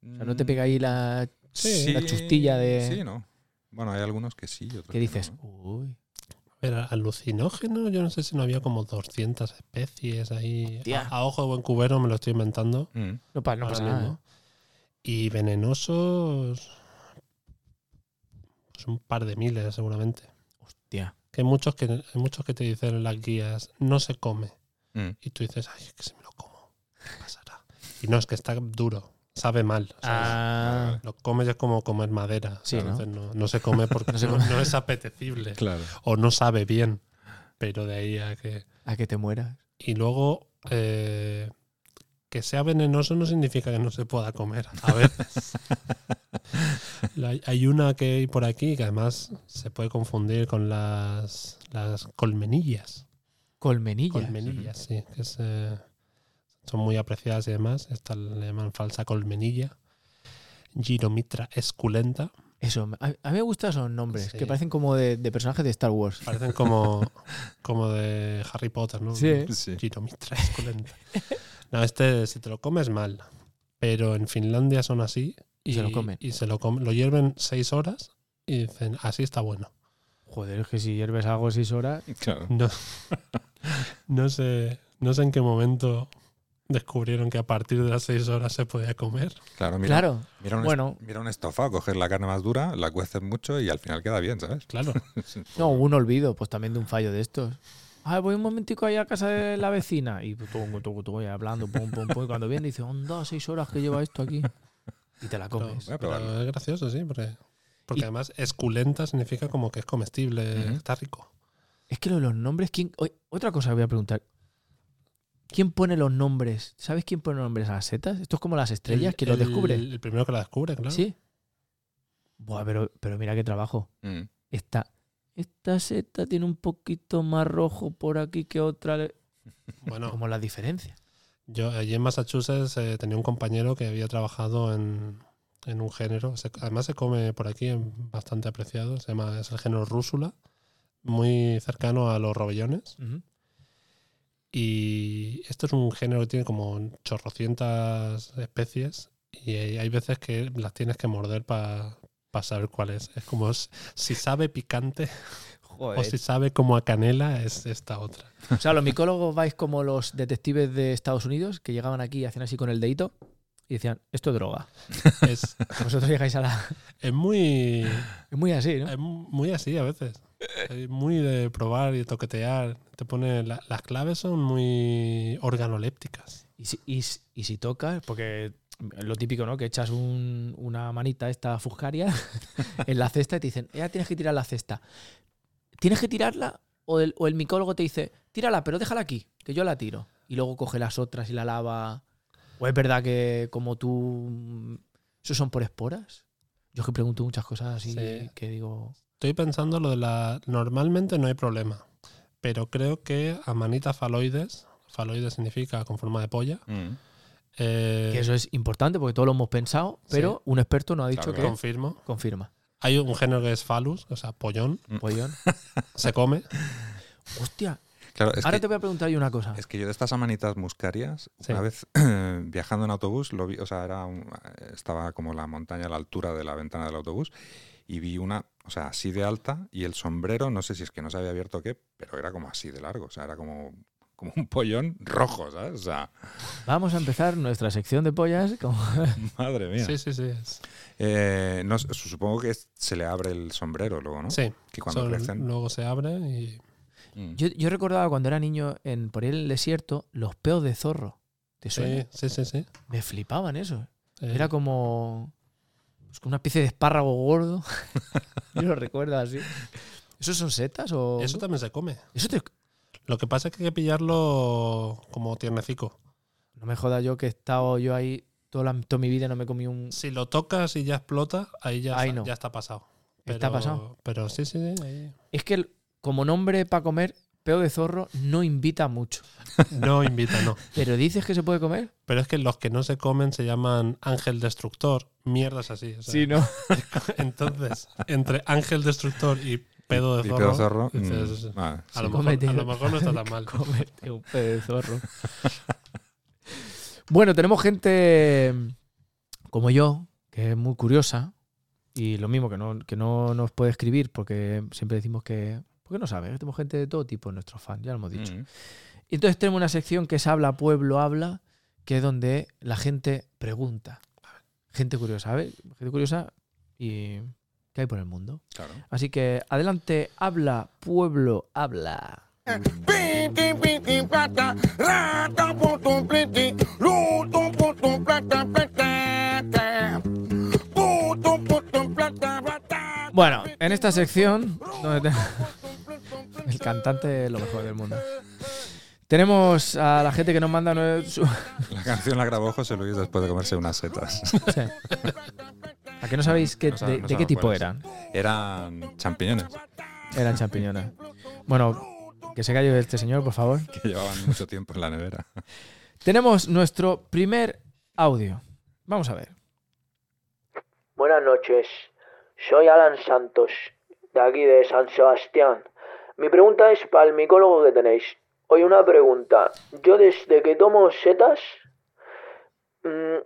Speaker 1: O sea, ¿no
Speaker 3: Mm.
Speaker 1: te pega ahí la
Speaker 3: Sí.
Speaker 1: la chustilla de-
Speaker 2: Sí, no. Bueno, hay algunos que sí. y Otros
Speaker 1: que dices?
Speaker 2: no, ¿no?
Speaker 1: Uy.
Speaker 3: Pero alucinógeno, yo no sé si no había como 200 especies ahí.
Speaker 1: Hostia.
Speaker 3: A, a ojo de buen cubero me lo estoy inventando.
Speaker 2: Mm.
Speaker 1: No, pa- no
Speaker 3: ahora
Speaker 1: pasa nada. ¿eh?
Speaker 3: mismo. Y venenosos. Pues un par de miles, seguramente.
Speaker 1: Hostia.
Speaker 3: Que hay muchos que, hay muchos que te dicen en las guías, no se come.
Speaker 2: Mm.
Speaker 3: Y tú dices, ay, es que si me lo como, ¿qué pasará? Y no, es que está duro, sabe mal. ¿sabes?
Speaker 1: Ah,
Speaker 3: Lo comes y es como comer madera.
Speaker 1: Sí, ¿no?
Speaker 3: entonces ¿no? no se come porque
Speaker 1: No se
Speaker 3: no-
Speaker 1: come.
Speaker 3: no es apetecible.
Speaker 2: Claro.
Speaker 3: o no sabe bien. Pero de ahí a que.
Speaker 1: a que te mueras.
Speaker 3: Y luego, eh, que sea venenoso no significa que no se pueda comer. A veces. La- hay una que hay por aquí que además se puede confundir con las, las colmenillas.
Speaker 1: Colmenillas.
Speaker 3: Colmenillas, sí. Que es, eh, son muy apreciadas y demás. Esta le llaman falsa colmenilla. Giromitra esculenta.
Speaker 1: Eso, a, a mí me gustan esos nombres,
Speaker 3: Sí.
Speaker 1: que parecen como de, de personajes de Star Wars.
Speaker 3: Parecen como, como de Harry Potter, ¿no?
Speaker 1: Sí.
Speaker 2: Sí.
Speaker 3: Giromitra esculenta. No, este si te lo comes mal. Pero en Finlandia son así.
Speaker 1: Y se lo comen.
Speaker 3: Y se lo comen. Lo hierven seis horas y dicen, así está bueno.
Speaker 1: Joder, es que si hierves algo seis horas.
Speaker 2: Claro.
Speaker 3: No, no sé, no sé en qué momento descubrieron que a partir de las seis horas se podía comer.
Speaker 2: Claro, mira,
Speaker 1: Claro.
Speaker 2: mira un,
Speaker 1: Bueno.
Speaker 2: bueno. mira un estofado, coger la carne más dura, la cueces mucho y al final queda bien, ¿sabes?
Speaker 3: Claro.
Speaker 1: No, hubo un olvido, pues también de un fallo de estos. Ah, voy un momentico ahí a casa de la vecina. Y tú, tú, tú, tú, y hablando, pum, pum, pum. Y cuando viene, dice, onda, seis horas que lleva esto aquí. Y te la comes.
Speaker 2: Voy a
Speaker 3: Pero
Speaker 2: probarlo.
Speaker 3: es gracioso, sí, porque, porque
Speaker 1: Y-
Speaker 3: además esculenta significa como que es comestible,
Speaker 2: Ujú.
Speaker 3: está rico.
Speaker 1: Es que lo de los nombres, ¿quién? oye, Otra cosa que voy a preguntar. ¿Quién pone los nombres? ¿Sabes quién pone los nombres a las setas? Esto es como las estrellas,
Speaker 3: El-
Speaker 1: ¿quién los
Speaker 3: el-
Speaker 1: descubre?
Speaker 3: El, primero que la descubre, claro.
Speaker 1: Sí. Buah, pero, pero mira qué trabajo.
Speaker 2: Mm.
Speaker 1: Esta, esta seta tiene un poquito más rojo por aquí que otra. le-
Speaker 3: Bueno,
Speaker 1: Como las diferencias.
Speaker 3: Yo allí en Massachusetts eh, tenía un compañero que había trabajado en, en un género, se- además se come por aquí, en- bastante apreciado, se llama, es el género rúsula, muy cercano a los robellones. Y esto es un género que tiene como chorrocientas especies y hay hay veces que las tienes que morder para saber cuál es. Es como s- si sabe picante o
Speaker 1: Joder.
Speaker 3: si sabe como a canela es esta otra.
Speaker 1: O sea, los micólogos vais como los detectives de Estados Unidos que llegaban aquí y hacían así con el dedito y decían, esto es droga.
Speaker 3: Es,
Speaker 1: Vosotros llegáis a la.
Speaker 3: es muy...
Speaker 1: Es muy así, ¿no?
Speaker 3: Es muy así a veces. Es muy de probar y toquetear. Te pone la- las claves son muy organolépticas.
Speaker 1: Y si, y, si- y si tocas, porque lo típico, ¿no? Que echas un- una manita esta fuscaria en la cesta y te dicen, ya tienes que tirar la cesta. ¿Tienes que tirarla? O el, o el micólogo te dice, tírala, pero déjala aquí, que yo la tiro. Y luego coge las otras y la lava. ¿O es verdad que como tú... mm, ¿Eso son por esporas? Yo es que pregunto muchas cosas así
Speaker 3: Sí.
Speaker 1: que digo...
Speaker 3: Estoy pensando lo de la. Normalmente no hay problema. Pero creo que amanita faloides, faloides significa con forma de polla,
Speaker 2: Mm.
Speaker 3: Eh,
Speaker 1: Que eso es importante porque todos lo hemos pensado, pero un experto nos ha dicho
Speaker 2: Claro.
Speaker 1: que
Speaker 3: confirmo.
Speaker 1: confirma.
Speaker 3: Hay un género que es phallus, o sea, pollón,
Speaker 1: Pollón.
Speaker 2: Ah,
Speaker 3: se come.
Speaker 1: Hostia,
Speaker 2: Claro, es
Speaker 1: ahora
Speaker 2: que-
Speaker 1: te voy a preguntar yo una cosa.
Speaker 2: Es que yo de estas amanitas muscarias,
Speaker 3: Ah. Sí.
Speaker 2: una vez viajando en autobús, lo vi, o sea, era un- estaba como la montaña a la altura de la ventana del autobús y vi una, o sea, así de alta y el sombrero, no sé si es que no se había abierto o qué, pero era como así de largo, o sea, era como, como un pollón rojo, ¿sabes? O sea,
Speaker 1: Vamos a empezar nuestra sección de pollas. Como...
Speaker 2: madre mía.
Speaker 3: Sí, sí, sí. es-
Speaker 2: Eh, no, sé, supongo que es- se le abre el sombrero luego, ¿no?
Speaker 3: Sí.
Speaker 2: Que cuando
Speaker 3: Son-
Speaker 2: crecen.
Speaker 3: luego se abre y
Speaker 2: Mm.
Speaker 1: Yo, yo recordaba cuando era niño en por ahí en el desierto los peos de zorro. ¿Te suena?
Speaker 3: sí, sí, sí, sí.
Speaker 1: Me flipaban eso.
Speaker 3: Eh,
Speaker 1: Era como pues, como una especie de espárrago gordo. yo lo recuerdo así. ¿Esos son setas o
Speaker 3: eso también se come.
Speaker 1: Eso te-
Speaker 3: Lo que pasa es que hay que pillarlo como tiernecico.
Speaker 1: No me jodas yo que he estado yo ahí toda, la- toda mi vida no me comí un
Speaker 3: Si lo tocas y ya explota, ahí ya,
Speaker 1: Ahí
Speaker 3: sa-
Speaker 1: no.
Speaker 3: ya está pasado.
Speaker 1: Está pasado.
Speaker 3: Pero sí, sí, sí, ahí.
Speaker 1: Es que el- como nombre para comer peo de zorro no invita mucho.
Speaker 3: No invita, no.
Speaker 1: Pero dices que se puede comer?
Speaker 3: Pero es que los que no se comen se llaman ángel destructor, mierdas así. o sea,
Speaker 1: no.
Speaker 3: Entonces, entre ángel destructor y pedo de
Speaker 2: Y
Speaker 3: zorro,
Speaker 2: pedo zorro, mm,
Speaker 3: dices,
Speaker 2: vale, sí.
Speaker 3: a, lo
Speaker 1: Sí,
Speaker 3: mejor,
Speaker 1: cómete.
Speaker 3: a lo mejor no está tan mal.
Speaker 1: Comerte un peo de zorro. bueno, tenemos gente como yo, que es muy curiosa. Y lo mismo, que no, que no nos puede escribir porque siempre decimos que... Porque no sabe, tenemos gente de todo tipo en nuestros fans, ya lo hemos dicho.
Speaker 2: Mm.
Speaker 1: Y entonces tenemos una sección que es Habla Pueblo Habla, que es donde la gente pregunta. Gente curiosa, a ver, Gente curiosa y qué hay por el mundo.
Speaker 2: Claro.
Speaker 1: Así que adelante, habla Pueblo Habla.
Speaker 6: Piti, piti, plata, rata, putum, pliti, lutum, putum, plata, plata, putum, putum, plata, plata.
Speaker 1: Bueno, en esta sección, donde te- el cantante es lo mejor del mundo. Tenemos a la gente que nos manda nue- su-
Speaker 2: La canción la grabó José Luis después de comerse unas setas.
Speaker 1: o sea, ¿A que no sabéis qué-
Speaker 2: No sabe-
Speaker 1: de, de
Speaker 2: no
Speaker 1: qué
Speaker 2: sabe
Speaker 1: tipo
Speaker 2: cuál es.
Speaker 1: eran?
Speaker 2: Eran champiñones
Speaker 1: Eran champiñones. Bueno, que se calle este señor, por favor.
Speaker 2: que llevaban mucho tiempo en la nevera.
Speaker 1: Tenemos nuestro primer audio. Vamos a ver.
Speaker 7: Buenas noches, soy Alan Santos, de aquí de San Sebastián. Mi pregunta es para el micólogo que tenéis. Hoy una pregunta. Yo desde que tomo setas, mm,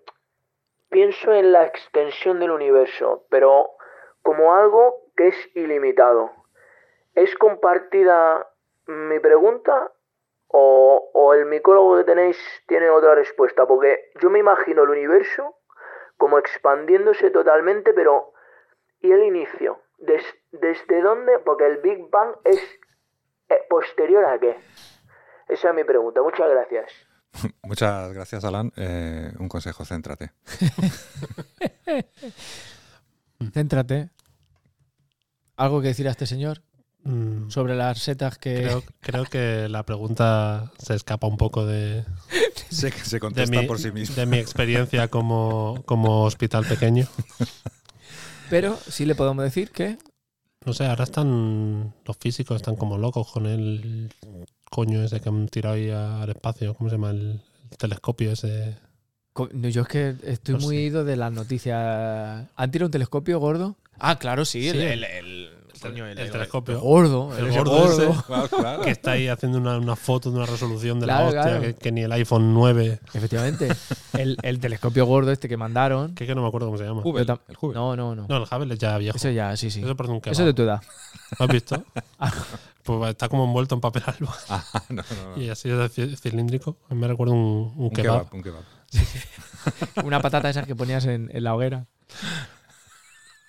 Speaker 7: pienso en la extensión del universo, pero como algo que es ilimitado. ¿Es compartida mi pregunta o, o el micólogo que tenéis tiene otra respuesta? Porque yo me imagino el universo como expandiéndose totalmente, pero ¿y el inicio? Des- ¿Desde dónde? Porque el Big Bang es eh, posterior a qué. Esa es mi pregunta. Muchas gracias.
Speaker 2: Muchas gracias, Alan. Eh, un consejo, céntrate.
Speaker 3: Mm.
Speaker 1: Céntrate. ¿Algo que decir a este señor
Speaker 3: Mm,
Speaker 1: sobre las setas que...
Speaker 3: creo, creo que la pregunta se escapa un poco de,
Speaker 2: Sé que se
Speaker 3: de,
Speaker 2: contesta
Speaker 3: mi,
Speaker 2: por sí mismo.
Speaker 3: de mi experiencia como, como hospital pequeño.
Speaker 1: Pero sí le podemos decir que...
Speaker 3: No sé, ahora están los físicos, están como locos con el coño ese que han tirado ahí al espacio, ¿cómo se llama? El, el telescopio ese.
Speaker 1: Co- no, Yo es que estoy
Speaker 3: No
Speaker 1: muy
Speaker 3: sé.
Speaker 1: ido de las noticias. ¿Han tirado un telescopio gordo? Ah, claro, sí.
Speaker 3: el- el-
Speaker 1: coño, el-
Speaker 3: el telescopio.
Speaker 1: gordo.
Speaker 3: El
Speaker 1: El gordo.
Speaker 3: gordo ese.
Speaker 2: Claro, claro.
Speaker 3: que está ahí haciendo una, una foto de una resolución de
Speaker 1: Claro,
Speaker 3: la hostia,
Speaker 1: claro.
Speaker 3: que, que ni el iPhone 9,
Speaker 1: Efectivamente. El, el telescopio gordo este que mandaron.
Speaker 3: que, es que no me acuerdo cómo se llama.
Speaker 2: Hubble,
Speaker 1: Yo tam-
Speaker 2: el Hubble.
Speaker 1: No, no, no.
Speaker 3: No, el Hubble es ya viejo.
Speaker 1: Eso ya, sí, sí.
Speaker 3: Eso parece un kebab.
Speaker 1: Eso de tu Ah. edad.
Speaker 3: ¿Lo has visto? pues está como envuelto en papel alba
Speaker 2: Ah, no, no, no.
Speaker 3: y así es ci- cilíndrico. A mí me recuerda un, un
Speaker 2: Un
Speaker 3: kebab.
Speaker 2: kebab, un kebab.
Speaker 1: Una patata esas que ponías en, en la hoguera.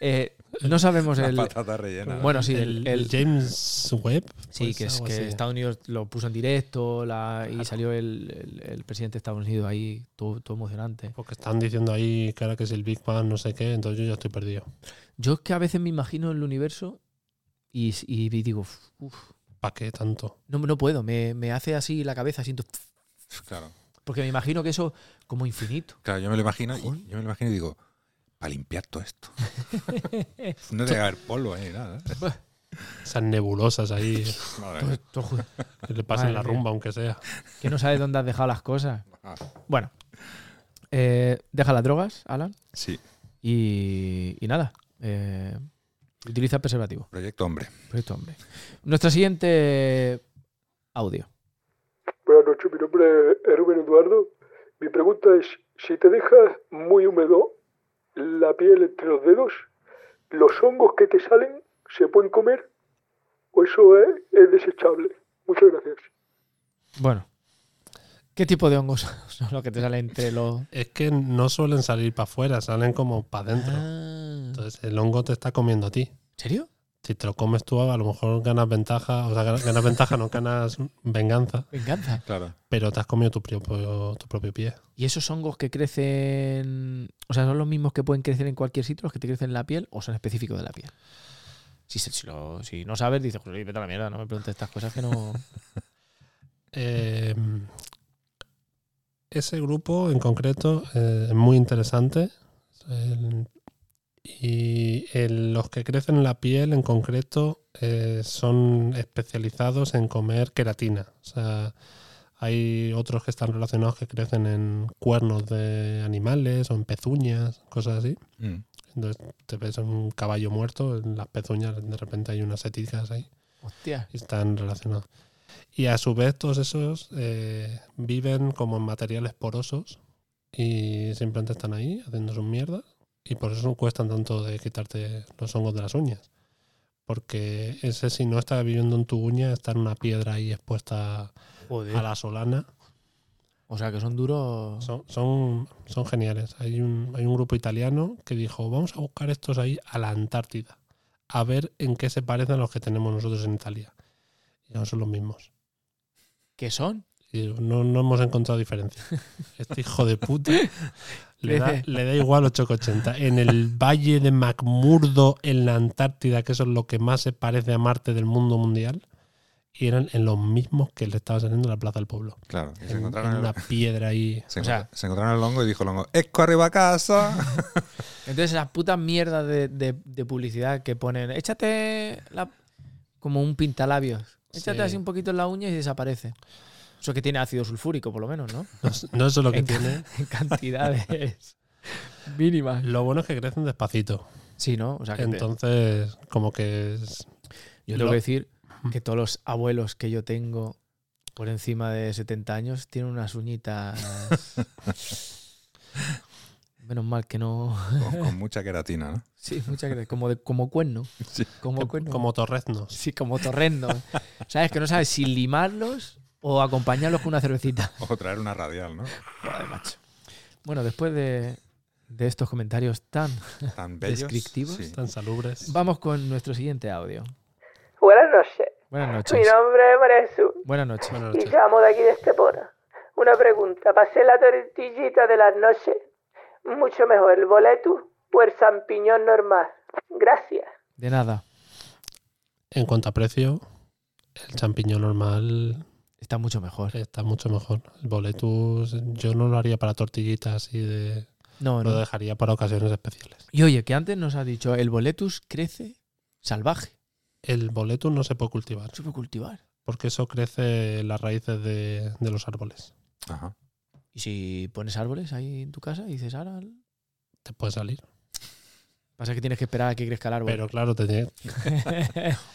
Speaker 1: Eh, no sabemos
Speaker 2: Una
Speaker 1: el.
Speaker 2: patata rellena.
Speaker 1: Bueno, sí, el.
Speaker 3: el,
Speaker 1: el-
Speaker 3: el James Webb.
Speaker 1: sí,
Speaker 3: pues,
Speaker 1: que, es,
Speaker 3: algo
Speaker 1: que
Speaker 3: así.
Speaker 1: Estados Unidos lo puso en directo la- y salió el, el- el presidente de Estados Unidos ahí, todo, todo emocionante.
Speaker 3: Porque Pues están diciendo ahí que ahora que es el Big Bang, no sé qué, entonces yo ya estoy perdido.
Speaker 1: Yo es que a veces me imagino el universo y, y digo, "Uf,
Speaker 3: ¿Para qué tanto?
Speaker 1: no, no puedo, me, me hace así la cabeza, siento. "Pf",
Speaker 2: Claro.
Speaker 1: Porque me imagino que eso como infinito.
Speaker 2: Claro, yo me lo imagino y, yo me lo imagino y digo, para limpiar todo esto. No debe haber polvo ahí, nada. ¿eh?
Speaker 3: Esas nebulosas ahí,
Speaker 2: Madre
Speaker 1: Todo-
Speaker 2: mía.
Speaker 1: todo ju-
Speaker 3: que le pasen
Speaker 1: Madre
Speaker 3: la
Speaker 1: mía.
Speaker 3: rumba, aunque sea.
Speaker 1: que no sabes dónde has dejado las cosas.
Speaker 2: Ah,
Speaker 1: Bueno, eh, deja las drogas, Alan,
Speaker 2: Sí,
Speaker 1: y, y nada. eh, utiliza preservativo.
Speaker 2: proyecto hombre.
Speaker 1: Perfecto, hombre. Nuestra siguiente audio.
Speaker 8: Buenas noches, mi nombre es Rubén Eduardo. Mi pregunta es, si te dejas muy húmedo la piel entre los dedos, ¿los hongos que te salen se pueden comer o eso es, es desechable? Muchas gracias.
Speaker 1: Bueno. ¿Qué tipo de hongos son los que te salen entre los...
Speaker 3: Es que no suelen salir para afuera, salen como para adentro.
Speaker 1: Ah,
Speaker 3: Entonces el hongo te está comiendo a ti.
Speaker 1: ¿En serio?
Speaker 3: Si te lo comes tú, a lo mejor ganas ventaja, o sea, ganas, ganas ventaja, no ganas venganza,
Speaker 1: Me encanta.
Speaker 2: Claro.
Speaker 3: pero te has comido tu propio, tu propio pie.
Speaker 1: ¿Y esos hongos que crecen, o sea, son los mismos que pueden crecer en cualquier sitio, los que te crecen en la piel, o son específicos de la piel? Si, se- si lo- si no sabes, dices, "Joder, vete a la mierda, no me preguntes estas cosas que no...
Speaker 3: Eh, ese grupo en concreto eh, es muy interesante. El- y el- los que crecen en la piel en concreto eh, son especializados en comer queratina. O sea, hay otros que están relacionados que crecen en cuernos de animales o en pezuñas, cosas así.
Speaker 2: Mm.
Speaker 3: Entonces te ves un caballo muerto, en las pezuñas de repente hay unas seticas ahí
Speaker 1: Hostia.
Speaker 3: y están relacionados. Y a su vez todos esos eh, viven como en materiales porosos y simplemente están ahí haciendo sus mierdas y por eso cuestan tanto de quitarte los hongos de las uñas. Porque ese si no está viviendo en tu uña, está en una piedra ahí expuesta a la solana.
Speaker 1: O sea, que son duros...
Speaker 3: Son, son, son geniales. Hay un, hay un grupo italiano que dijo, vamos a buscar estos ahí a la Antártida, a ver en qué se parecen a los que tenemos nosotros en Italia. Y no son los mismos.
Speaker 1: ¿Qué son?
Speaker 3: Y digo, no, no hemos encontrado diferencia. Este hijo de puta le da, le da igual 880. En el valle de McMurdo, en la Antártida, que eso es lo que más se parece a Marte del mundo mundial, y eran en los mismos que le estaba saliendo en la Plaza del Pueblo.
Speaker 2: Claro. Y se,
Speaker 3: En, en
Speaker 2: encontraron el,
Speaker 3: una piedra ahí.
Speaker 2: se
Speaker 1: o sea-
Speaker 2: encont- se encontraron el hongo y dijo el hongo, ¡Esco arriba a casa!
Speaker 1: Entonces esas putas mierdas de, de- de publicidad que ponen, échate la- como un pintalabios, échate
Speaker 3: Sí.
Speaker 1: así un poquito en la uña y desaparece. Eso que tiene ácido sulfúrico, por lo menos, ¿no?
Speaker 3: No, es- no es eso lo que
Speaker 1: En ca-
Speaker 3: tiene.
Speaker 1: En cantidades mínimas.
Speaker 3: Lo bueno es que crecen despacito.
Speaker 1: Sí, ¿no? O sea, que te-
Speaker 3: Entonces, como que es-
Speaker 1: yo tengo
Speaker 3: lo-
Speaker 1: que decir que todos los abuelos que yo tengo por encima de 70 años tienen unas uñitas... Menos mal que no...
Speaker 2: con, con mucha queratina, ¿no?
Speaker 1: Sí, muchas gracias. Como, de, como cuerno.
Speaker 2: Sí.
Speaker 1: Como cuerno.
Speaker 3: como torreznos.
Speaker 1: Sí, como torrendo. ¿Sabes? Que no sabes si limarlos o acompañarlos con una cervecita.
Speaker 2: O traer una radial, ¿no?
Speaker 1: Joder, macho. Bueno, después de, de estos comentarios tan...
Speaker 2: Tan bellos.
Speaker 1: Descriptivos.
Speaker 2: Sí.
Speaker 3: Tan salubres.
Speaker 1: Vamos con nuestro siguiente audio.
Speaker 7: Buenas noches.
Speaker 1: Buenas
Speaker 7: Mi
Speaker 1: noches.
Speaker 7: nombre es María Jesús
Speaker 1: Buenas noches.
Speaker 3: Buenas
Speaker 7: y
Speaker 3: noches.
Speaker 7: llamo de aquí de Estepona. Una pregunta, ¿pasé la tortillita de las noches? Mucho mejor, ¿el boleto o el champiñón normal? Gracias.
Speaker 1: De nada.
Speaker 3: En cuanto a precio, el champiñón normal
Speaker 1: Está mucho mejor.
Speaker 3: está mucho mejor. El boletus yo no lo haría para tortillitas y de,
Speaker 1: No,
Speaker 3: lo
Speaker 1: no.
Speaker 3: dejaría para ocasiones especiales.
Speaker 1: Y oye, que antes nos ha dicho, el boletus crece salvaje.
Speaker 3: El boletus no se puede cultivar
Speaker 1: No se puede cultivar.
Speaker 3: porque eso crece en las raíces de, de los árboles.
Speaker 2: Ajá.
Speaker 1: Y si pones árboles ahí en tu casa y dices, ahora...
Speaker 3: Te puede salir.
Speaker 1: Pasa que tienes que esperar a que crezca el árbol.
Speaker 3: Pero claro, te tiene-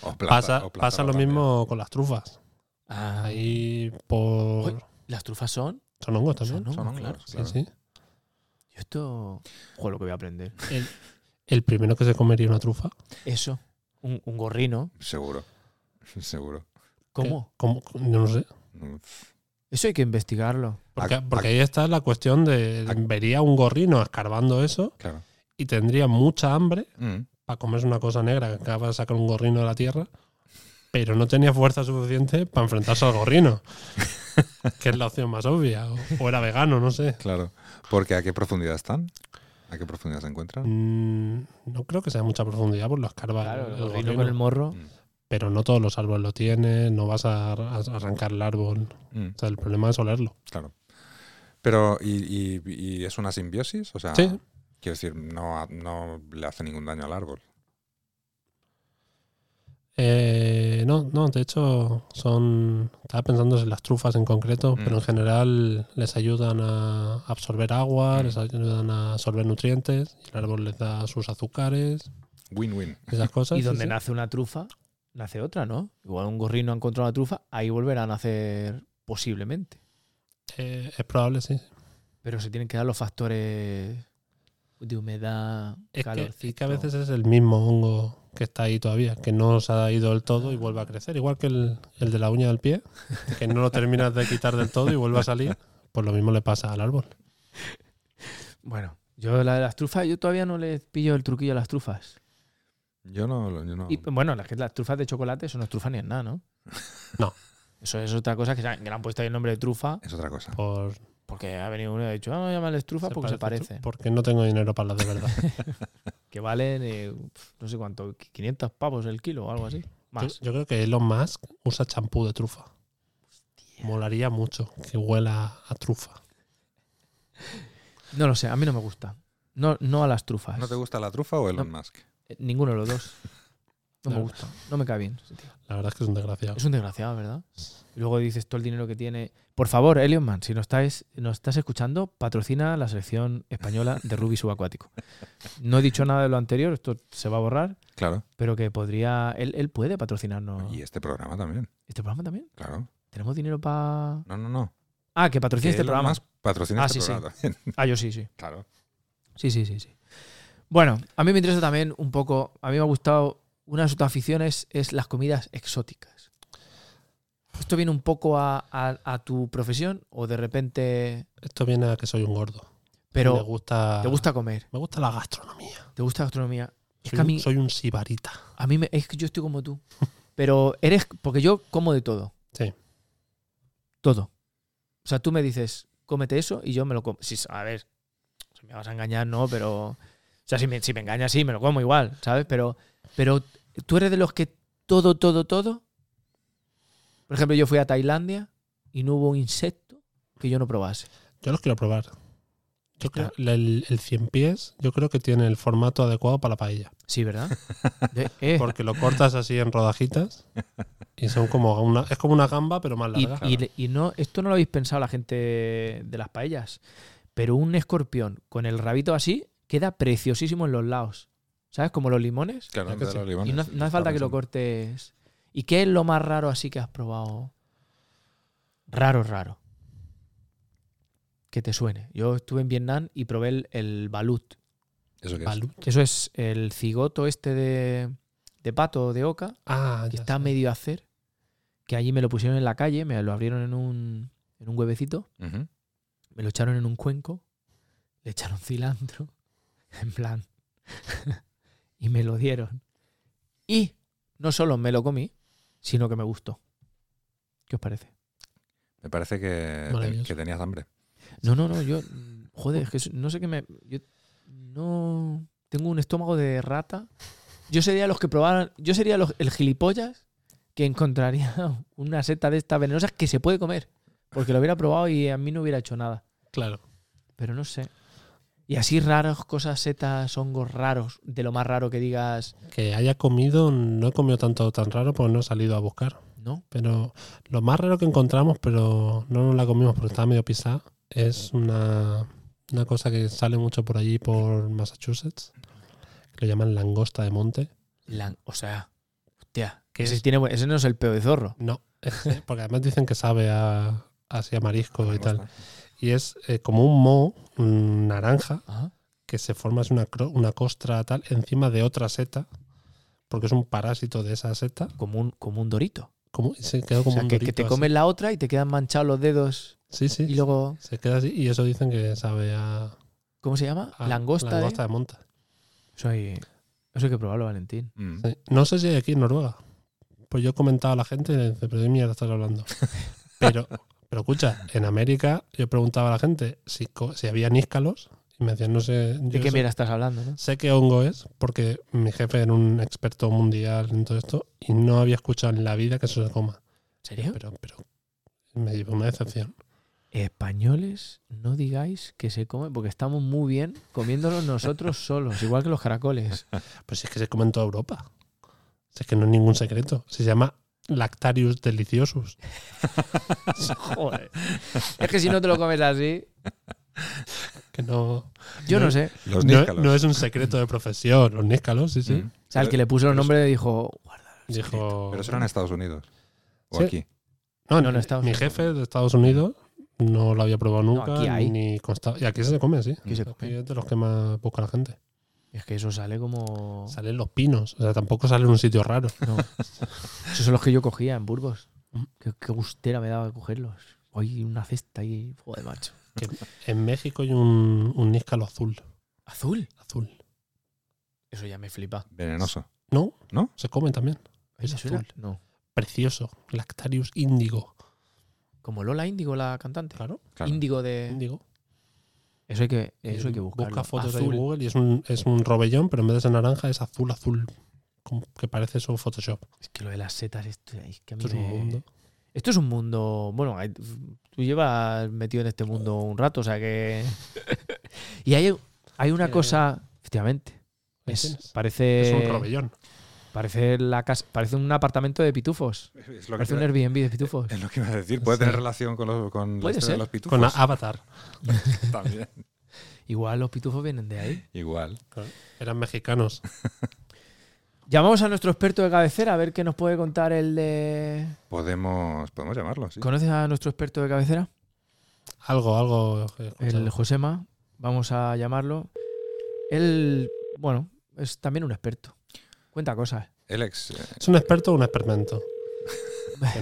Speaker 2: O plata-
Speaker 3: pasa,
Speaker 2: o plátano
Speaker 3: pasa lo
Speaker 2: también.
Speaker 3: mismo con las trufas.
Speaker 1: Ah,
Speaker 3: Ahí por...
Speaker 1: Uy, Las trufas son...
Speaker 3: Son hongos también.
Speaker 1: Son hongos,
Speaker 2: Son hongos,
Speaker 1: claro.
Speaker 3: Sí,
Speaker 2: claro.
Speaker 3: sí.
Speaker 1: Yo esto... Joder, lo que voy a aprender.
Speaker 3: El, el primero que se comería una trufa.
Speaker 1: Eso. Un, un gorrino.
Speaker 2: Seguro. Seguro.
Speaker 1: ¿Cómo?
Speaker 3: que- ¿Cómo? Yo no sé.
Speaker 2: Mm.
Speaker 1: Eso hay que investigarlo.
Speaker 3: Porque,
Speaker 2: Ac-
Speaker 3: porque
Speaker 2: ac-
Speaker 3: ahí está la cuestión de.
Speaker 2: ac-
Speaker 3: Vería un gorrino escarbando eso
Speaker 2: Claro.
Speaker 3: y tendría mucha hambre
Speaker 2: Mm.
Speaker 3: para comerse una cosa negra que acaba de sacar un gorrino de la tierra, pero no tenía fuerza suficiente para enfrentarse al gorrino. que es la opción más obvia. O, o era vegano, no sé.
Speaker 2: Claro. Porque ¿a qué profundidad están? ¿A qué profundidad se encuentran?
Speaker 3: Mm, no creo que sea mucha profundidad por lo escarba.
Speaker 1: Claro,
Speaker 3: el
Speaker 1: el gorrino
Speaker 3: gorrino.
Speaker 1: con el morro.
Speaker 3: pero no todos los árboles lo tienen, no vas a, ar- a arrancar el árbol.
Speaker 2: Mm,
Speaker 3: O sea, el problema es olerlo.
Speaker 2: claro. Pero, ¿y, y- y es una simbiosis? O
Speaker 1: Ah.
Speaker 2: sea,
Speaker 3: Sí.
Speaker 2: quiero decir, no, ha- no le hace ningún daño al árbol.
Speaker 3: Eh, Eh, no, no, de hecho son, estaba pensando en las trufas en concreto,
Speaker 2: Mm.
Speaker 3: pero en general les ayudan a absorber agua,
Speaker 1: Mm.
Speaker 3: les ayudan a absorber nutrientes, y el árbol les da sus azúcares,
Speaker 2: Win-win.
Speaker 3: esas cosas.
Speaker 1: Y
Speaker 3: sí,
Speaker 1: donde
Speaker 3: sí.
Speaker 1: nace una trufa, nace otra, ¿no? Igual un gorrino ha encontrado una trufa, ahí volverá a nacer posiblemente.
Speaker 3: Eh, es probable, sí.
Speaker 1: Pero se tienen que dar los factores de humedad,
Speaker 3: Es que,
Speaker 1: calorcito.
Speaker 3: es que a veces es el mismo hongo que está ahí todavía, que no se ha ido del todo y vuelve a crecer. Igual que el, el de la uña del pie, que no lo terminas de quitar del todo y vuelve a salir, pues lo mismo le pasa al árbol.
Speaker 1: Bueno, yo la de las trufas, yo todavía no le pillo el truquillo a las trufas.
Speaker 2: Yo no. lo- Yo no.
Speaker 1: Y bueno, las, que- las trufas de chocolate, eso no es trufa ni es nada, ¿no?
Speaker 3: No.
Speaker 1: Eso es otra cosa que, se han- que le han puesto ahí el nombre de trufa,
Speaker 2: Es otra
Speaker 1: Pues
Speaker 2: cosa.
Speaker 3: Por,
Speaker 1: porque ha venido uno y ha dicho, vamos a llamarles trufa porque se parecen.
Speaker 3: Porque no tengo dinero para las de verdad.
Speaker 1: Que valen, eh, pf, no sé cuánto, 500 pavos el kilo o algo así.
Speaker 3: Yo,
Speaker 1: Más.
Speaker 3: yo creo que Elon Musk usa champú de trufa. Molaría mucho que huela a trufa.
Speaker 1: No lo sé, a mí no me gusta. No, no a las trufas.
Speaker 2: ¿No te gusta la trufa o Elon Musk?
Speaker 1: Eh, Ninguno de los dos. No me
Speaker 3: Claro.
Speaker 1: gusta. No me cae bien. ese tío.
Speaker 3: La verdad es que es un desgraciado.
Speaker 1: Es un desgraciado, ¿verdad? Y luego dices todo el dinero que tiene. Por favor, Elion Man, si nos estás, nos estás escuchando, patrocina la selección española de rugby subacuático. No he dicho nada de lo anterior, esto se va a borrar,
Speaker 2: Claro.
Speaker 1: pero que podría. Él, él puede patrocinarnos.
Speaker 2: Y este programa también.
Speaker 1: ¿Este programa también?
Speaker 2: Claro.
Speaker 1: ¿Tenemos dinero para.?
Speaker 2: No, no, no.
Speaker 1: Ah, que patrocina este
Speaker 2: Elon
Speaker 1: programa.
Speaker 2: Musk patrocina
Speaker 1: Ah,
Speaker 2: este
Speaker 1: sí, sí.
Speaker 2: programa también.
Speaker 1: Ah, yo sí, sí.
Speaker 2: Claro.
Speaker 1: Sí, sí, sí, sí. Bueno, a mí me interesa también un poco. A mí me ha gustado. Una de sus aficiones es las comidas exóticas. ¿Esto viene un poco a, a- a tu profesión o de repente.
Speaker 3: Esto viene a que soy un gordo. me
Speaker 1: Pero
Speaker 3: gusta,
Speaker 1: te gusta comer,
Speaker 3: me gusta la gastronomía.
Speaker 1: te gusta la gastronomía. Es
Speaker 3: Soy,
Speaker 1: que a
Speaker 3: un-
Speaker 1: mí,
Speaker 3: soy un sibarita.
Speaker 1: a mí me- es que yo estoy como tú. Pero eres. Porque yo como de todo.
Speaker 3: Sí.
Speaker 1: Todo. O sea, tú me dices, cómete eso y yo me lo como. Sí, a ver, si me vas a engañar, no, pero. O sea, si me, si me engañas, sí, me lo como igual, ¿sabes? Pero, pero tú eres de los que todo, todo, todo. Por ejemplo, yo fui a Tailandia y no hubo un insecto que yo no probase.
Speaker 3: Yo los quiero probar. Yo creo, el, el cien pies, yo creo que tiene el formato adecuado para la paella.
Speaker 1: Sí, ¿verdad? De- eh,
Speaker 3: Porque lo cortas así en rodajitas y son como una, es como una gamba, pero más
Speaker 1: Y,
Speaker 3: larga.
Speaker 1: y- y no, esto no lo habéis pensado la gente de las paellas, pero un escorpión con el rabito así queda preciosísimo en los lados. ¿Sabes? Como los limones.
Speaker 2: Claro,
Speaker 3: Ya que
Speaker 2: de
Speaker 3: sí.
Speaker 2: los
Speaker 1: Y
Speaker 2: limones.
Speaker 1: no, no hace falta que lo cortes. ¿Y qué es lo más raro así que has probado? Raro, raro. Que te suene. Yo estuve en Vietnam y probé el, el balut.
Speaker 2: Eso que es.
Speaker 3: Balut.
Speaker 1: Eso es el cigoto este de, de pato o de oca
Speaker 3: Ah,
Speaker 1: que
Speaker 3: ya
Speaker 1: está
Speaker 3: sé.
Speaker 1: medio a hacer, que allí me lo pusieron en la calle, me lo abrieron en un, en un huevecito,
Speaker 2: Ujú.
Speaker 1: me lo echaron en un cuenco, le echaron cilantro, en plan, y me lo dieron. Y no solo me lo comí, sino que me gustó. ¿Qué os parece?
Speaker 2: Me parece que,
Speaker 3: Maravilloso.
Speaker 2: que tenías hambre.
Speaker 1: No, no, no, yo, mm, joder, es que no sé qué me... Yo no... Tengo un estómago de rata. Yo sería los que probaran... Yo sería los- el gilipollas que encontraría una seta de estas venenosas que se puede comer. Porque lo hubiera probado y a mí no hubiera hecho nada.
Speaker 3: Claro.
Speaker 1: Pero no sé. Y así raras cosas, setas, hongos raros, de lo más raro que digas,
Speaker 3: Que haya comido, no he comido tanto tan raro porque no he salido a buscar.
Speaker 1: ¿no?
Speaker 3: Pero lo más raro que encontramos, pero no nos la comimos porque estaba medio pisada, es una, una cosa que sale mucho por allí, por Massachusetts, que lo llaman langosta de monte.
Speaker 1: Lan- o sea, hostia,
Speaker 3: ¿Qué
Speaker 1: ese,
Speaker 3: es?
Speaker 1: tiene bu- ese no es el peo de zorro.
Speaker 3: No, porque además dicen que sabe a, así a marisco y tal. Y es eh, como un moho mm, naranja
Speaker 1: Ajá.
Speaker 3: que se forma es una, cro- una costra tal encima de otra seta, porque es un parásito de esa seta.
Speaker 1: Como un, como un dorito.
Speaker 3: Como, y se queda
Speaker 1: O
Speaker 3: como
Speaker 1: sea,
Speaker 3: un
Speaker 1: que, que
Speaker 3: dorito
Speaker 1: te
Speaker 3: así.
Speaker 1: comes la otra y te quedan manchados los dedos
Speaker 3: Sí, sí.
Speaker 1: Y luego,
Speaker 3: Se queda así y eso dicen que sabe a,
Speaker 1: ¿cómo se llama?
Speaker 3: a
Speaker 1: langosta. ¿eh?
Speaker 3: Ah, de monte.
Speaker 1: Eso, hay, eso hay que probarlo, Valentín.
Speaker 2: Mm.
Speaker 3: Sí. No sé si hay aquí en Noruega. Pues yo he comentado a la gente y le dice, pero de mierda estás hablando. Pero, pero escucha, en América yo preguntaba a la gente si, co- si había níscalos y me decían, no sé.
Speaker 1: ¿De
Speaker 3: yo
Speaker 1: qué
Speaker 3: sé-
Speaker 1: mierda estás hablando? ¿no?
Speaker 3: Sé que hongo es porque mi jefe era un experto mundial en todo esto y no había escuchado en la vida que eso se coma.
Speaker 1: ¿En serio?
Speaker 3: Pero, pero me llevó una decepción.
Speaker 1: Españoles, no digáis que se come, porque estamos muy bien comiéndolos nosotros solos, igual que los caracoles.
Speaker 3: Pues si es que se come en toda Europa. Si es que no es ningún secreto. Se llama Lactarius deliciosus.
Speaker 1: Joder. Es que si no te lo comes así,
Speaker 3: Que no,
Speaker 1: yo no
Speaker 3: No.
Speaker 1: sé.
Speaker 2: Los
Speaker 3: no,
Speaker 2: níscalos.
Speaker 3: no es un secreto de profesión. Los níscalos, sí, sí.
Speaker 2: Mm.
Speaker 1: O sea, el que le puso el nombre dijo, guarda.
Speaker 3: Dijo.
Speaker 2: Pero eso era en Estados Unidos. O
Speaker 3: Sí.
Speaker 2: aquí.
Speaker 3: No,
Speaker 1: No,
Speaker 3: no,
Speaker 1: en Estados
Speaker 3: mi
Speaker 1: Unidos.
Speaker 3: jefe de Estados Unidos no lo había probado nunca.
Speaker 1: aquí hay.
Speaker 3: Ni consta- y aquí se come, sí.
Speaker 1: Aquí se come.
Speaker 3: Aquí es de los que más busca la gente.
Speaker 1: Es que eso sale como.
Speaker 3: Salen los pinos. O sea, tampoco sale en un sitio raro.
Speaker 1: No. Esos son los que yo cogía en Burgos. Qué, qué gustera me daba cogerlos. Hoy una cesta ahí, joder, macho.
Speaker 3: Que en México hay un, un níscalo azul.
Speaker 1: ¿Azul?
Speaker 3: Azul.
Speaker 1: Eso ya me flipa.
Speaker 2: Venenoso.
Speaker 3: ¿No?
Speaker 2: ¿No?
Speaker 3: Se come también.
Speaker 1: ¿Eso
Speaker 3: Es
Speaker 1: suena?
Speaker 3: azul.
Speaker 1: No.
Speaker 3: Precioso. Lactarius índigo.
Speaker 1: Como Lola Índigo, la cantante.
Speaker 3: Claro.
Speaker 2: Claro.
Speaker 1: Índigo de.
Speaker 3: Índigo.
Speaker 1: Eso hay que, eso hay que buscarlo.
Speaker 3: Busca fotos ahí en
Speaker 1: azul.
Speaker 3: Google y es un, es un robellón, pero en vez de ser naranja es azul, azul. Como Que parece eso Photoshop.
Speaker 1: Es que lo de las setas, esto, es que a mí
Speaker 3: Esto es un
Speaker 1: me-
Speaker 3: mundo.
Speaker 1: Esto es un mundo. Bueno, hay- tú llevas metido en este mundo un rato, o sea que. y hay, hay una
Speaker 3: Eh,
Speaker 1: cosa. Efectivamente.
Speaker 3: ¿me
Speaker 1: es- eh,
Speaker 3: entiendes?
Speaker 1: parece.
Speaker 3: es un robellón.
Speaker 1: Parece, la casa, parece un apartamento de pitufos.
Speaker 2: Es lo, que
Speaker 1: Parece
Speaker 2: te
Speaker 1: un
Speaker 2: iba-
Speaker 1: Airbnb de pitufos.
Speaker 2: es lo que iba a decir. Puede tener
Speaker 3: Sí.
Speaker 2: relación con los, con la
Speaker 1: Puede
Speaker 2: historia
Speaker 1: ser.
Speaker 2: de los pitufos.
Speaker 3: Con la Avatar.
Speaker 2: También.
Speaker 1: Igual los pitufos vienen de ahí.
Speaker 2: Igual.
Speaker 3: Eran mexicanos.
Speaker 1: Llamamos a nuestro experto de cabecera a ver qué nos puede contar el de.
Speaker 2: Podemos, podemos llamarlo, sí.
Speaker 1: ¿Conoces a nuestro experto de cabecera?
Speaker 3: Algo, algo. eh, he escuchado.
Speaker 1: El Josema. Vamos a llamarlo. Él, bueno, es también un experto. Cuenta cosas.
Speaker 2: Alex, eh,
Speaker 3: ¿Es un experto o un experimento? Que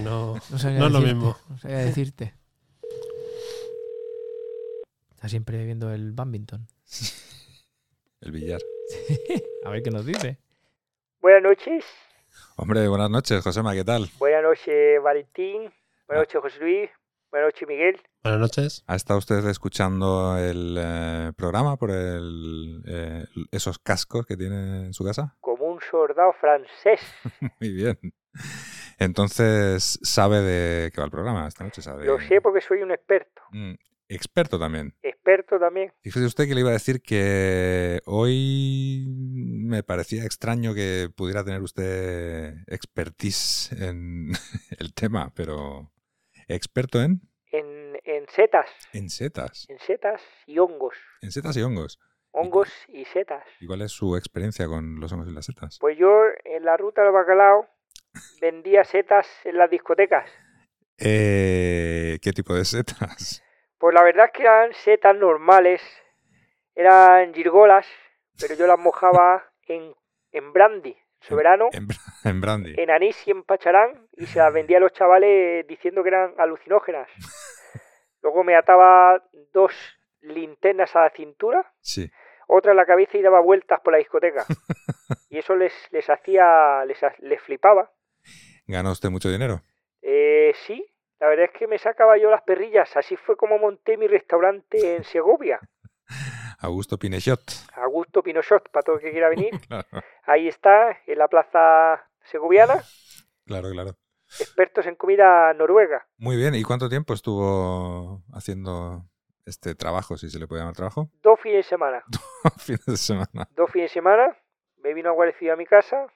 Speaker 3: no,
Speaker 1: No, sabía
Speaker 3: no es lo
Speaker 1: decirte,
Speaker 3: mismo.
Speaker 1: No sabía decirte. Está siempre viendo el badminton.
Speaker 2: el billar.
Speaker 1: A ver qué nos dice.
Speaker 7: Buenas noches.
Speaker 2: Hombre, buenas noches, Josema, ¿qué tal?
Speaker 7: Buenas noches, Valentín. Buenas noches, José Luis. Buenas noches, Miguel.
Speaker 3: Buenas noches.
Speaker 2: ¿Ha estado usted escuchando el eh, programa por el, eh, esos cascos que tiene en su casa?
Speaker 7: Como un soldado francés.
Speaker 2: Muy bien. Entonces, ¿sabe de qué va el programa esta noche? ¿Sabe?
Speaker 7: Lo sé porque soy un experto.
Speaker 2: Mm, experto también.
Speaker 7: Experto también.
Speaker 2: Fíjese usted que le iba a decir que hoy me parecía extraño que pudiera tener usted expertise en el tema, pero experto en,
Speaker 7: En, en setas.
Speaker 2: en setas,
Speaker 7: En setas y hongos.
Speaker 2: en setas y hongos.
Speaker 7: Hongos y setas.
Speaker 2: ¿Y cuál es su experiencia con los hongos y las setas?
Speaker 7: Pues yo en la ruta del bacalao vendía setas en las discotecas.
Speaker 2: Eh, ¿Qué tipo de setas?
Speaker 7: Pues la verdad es que eran setas normales, eran girgolas, pero yo las mojaba en, en brandy, soberano,
Speaker 2: En, bra- en brandy.
Speaker 7: en anís y en pacharán, y se las vendía a los chavales diciendo que eran alucinógenas. Luego me ataba dos linternas a la cintura,
Speaker 2: Sí.
Speaker 7: otra en la cabeza y daba vueltas por la discoteca. Y eso les, les hacía, les, ha- les flipaba.
Speaker 2: ¿Gana usted mucho dinero?
Speaker 7: Eh, sí, la verdad es que me sacaba yo las perrillas. Así fue como monté mi restaurante en Segovia.
Speaker 2: Augusto Pinechot.
Speaker 7: Augusto Pinochot, para todo el que quiera venir.
Speaker 2: Claro,
Speaker 7: Ahí está, en la plaza segoviana,
Speaker 2: claro, claro.
Speaker 7: expertos en comida noruega.
Speaker 2: Muy bien. ¿Y cuánto tiempo estuvo haciendo este trabajo, si se le puede llamar trabajo?
Speaker 7: Dos fines de semana.
Speaker 2: Fin de semana.
Speaker 7: Dos fines de semana, me vino a guarecido a mi casa,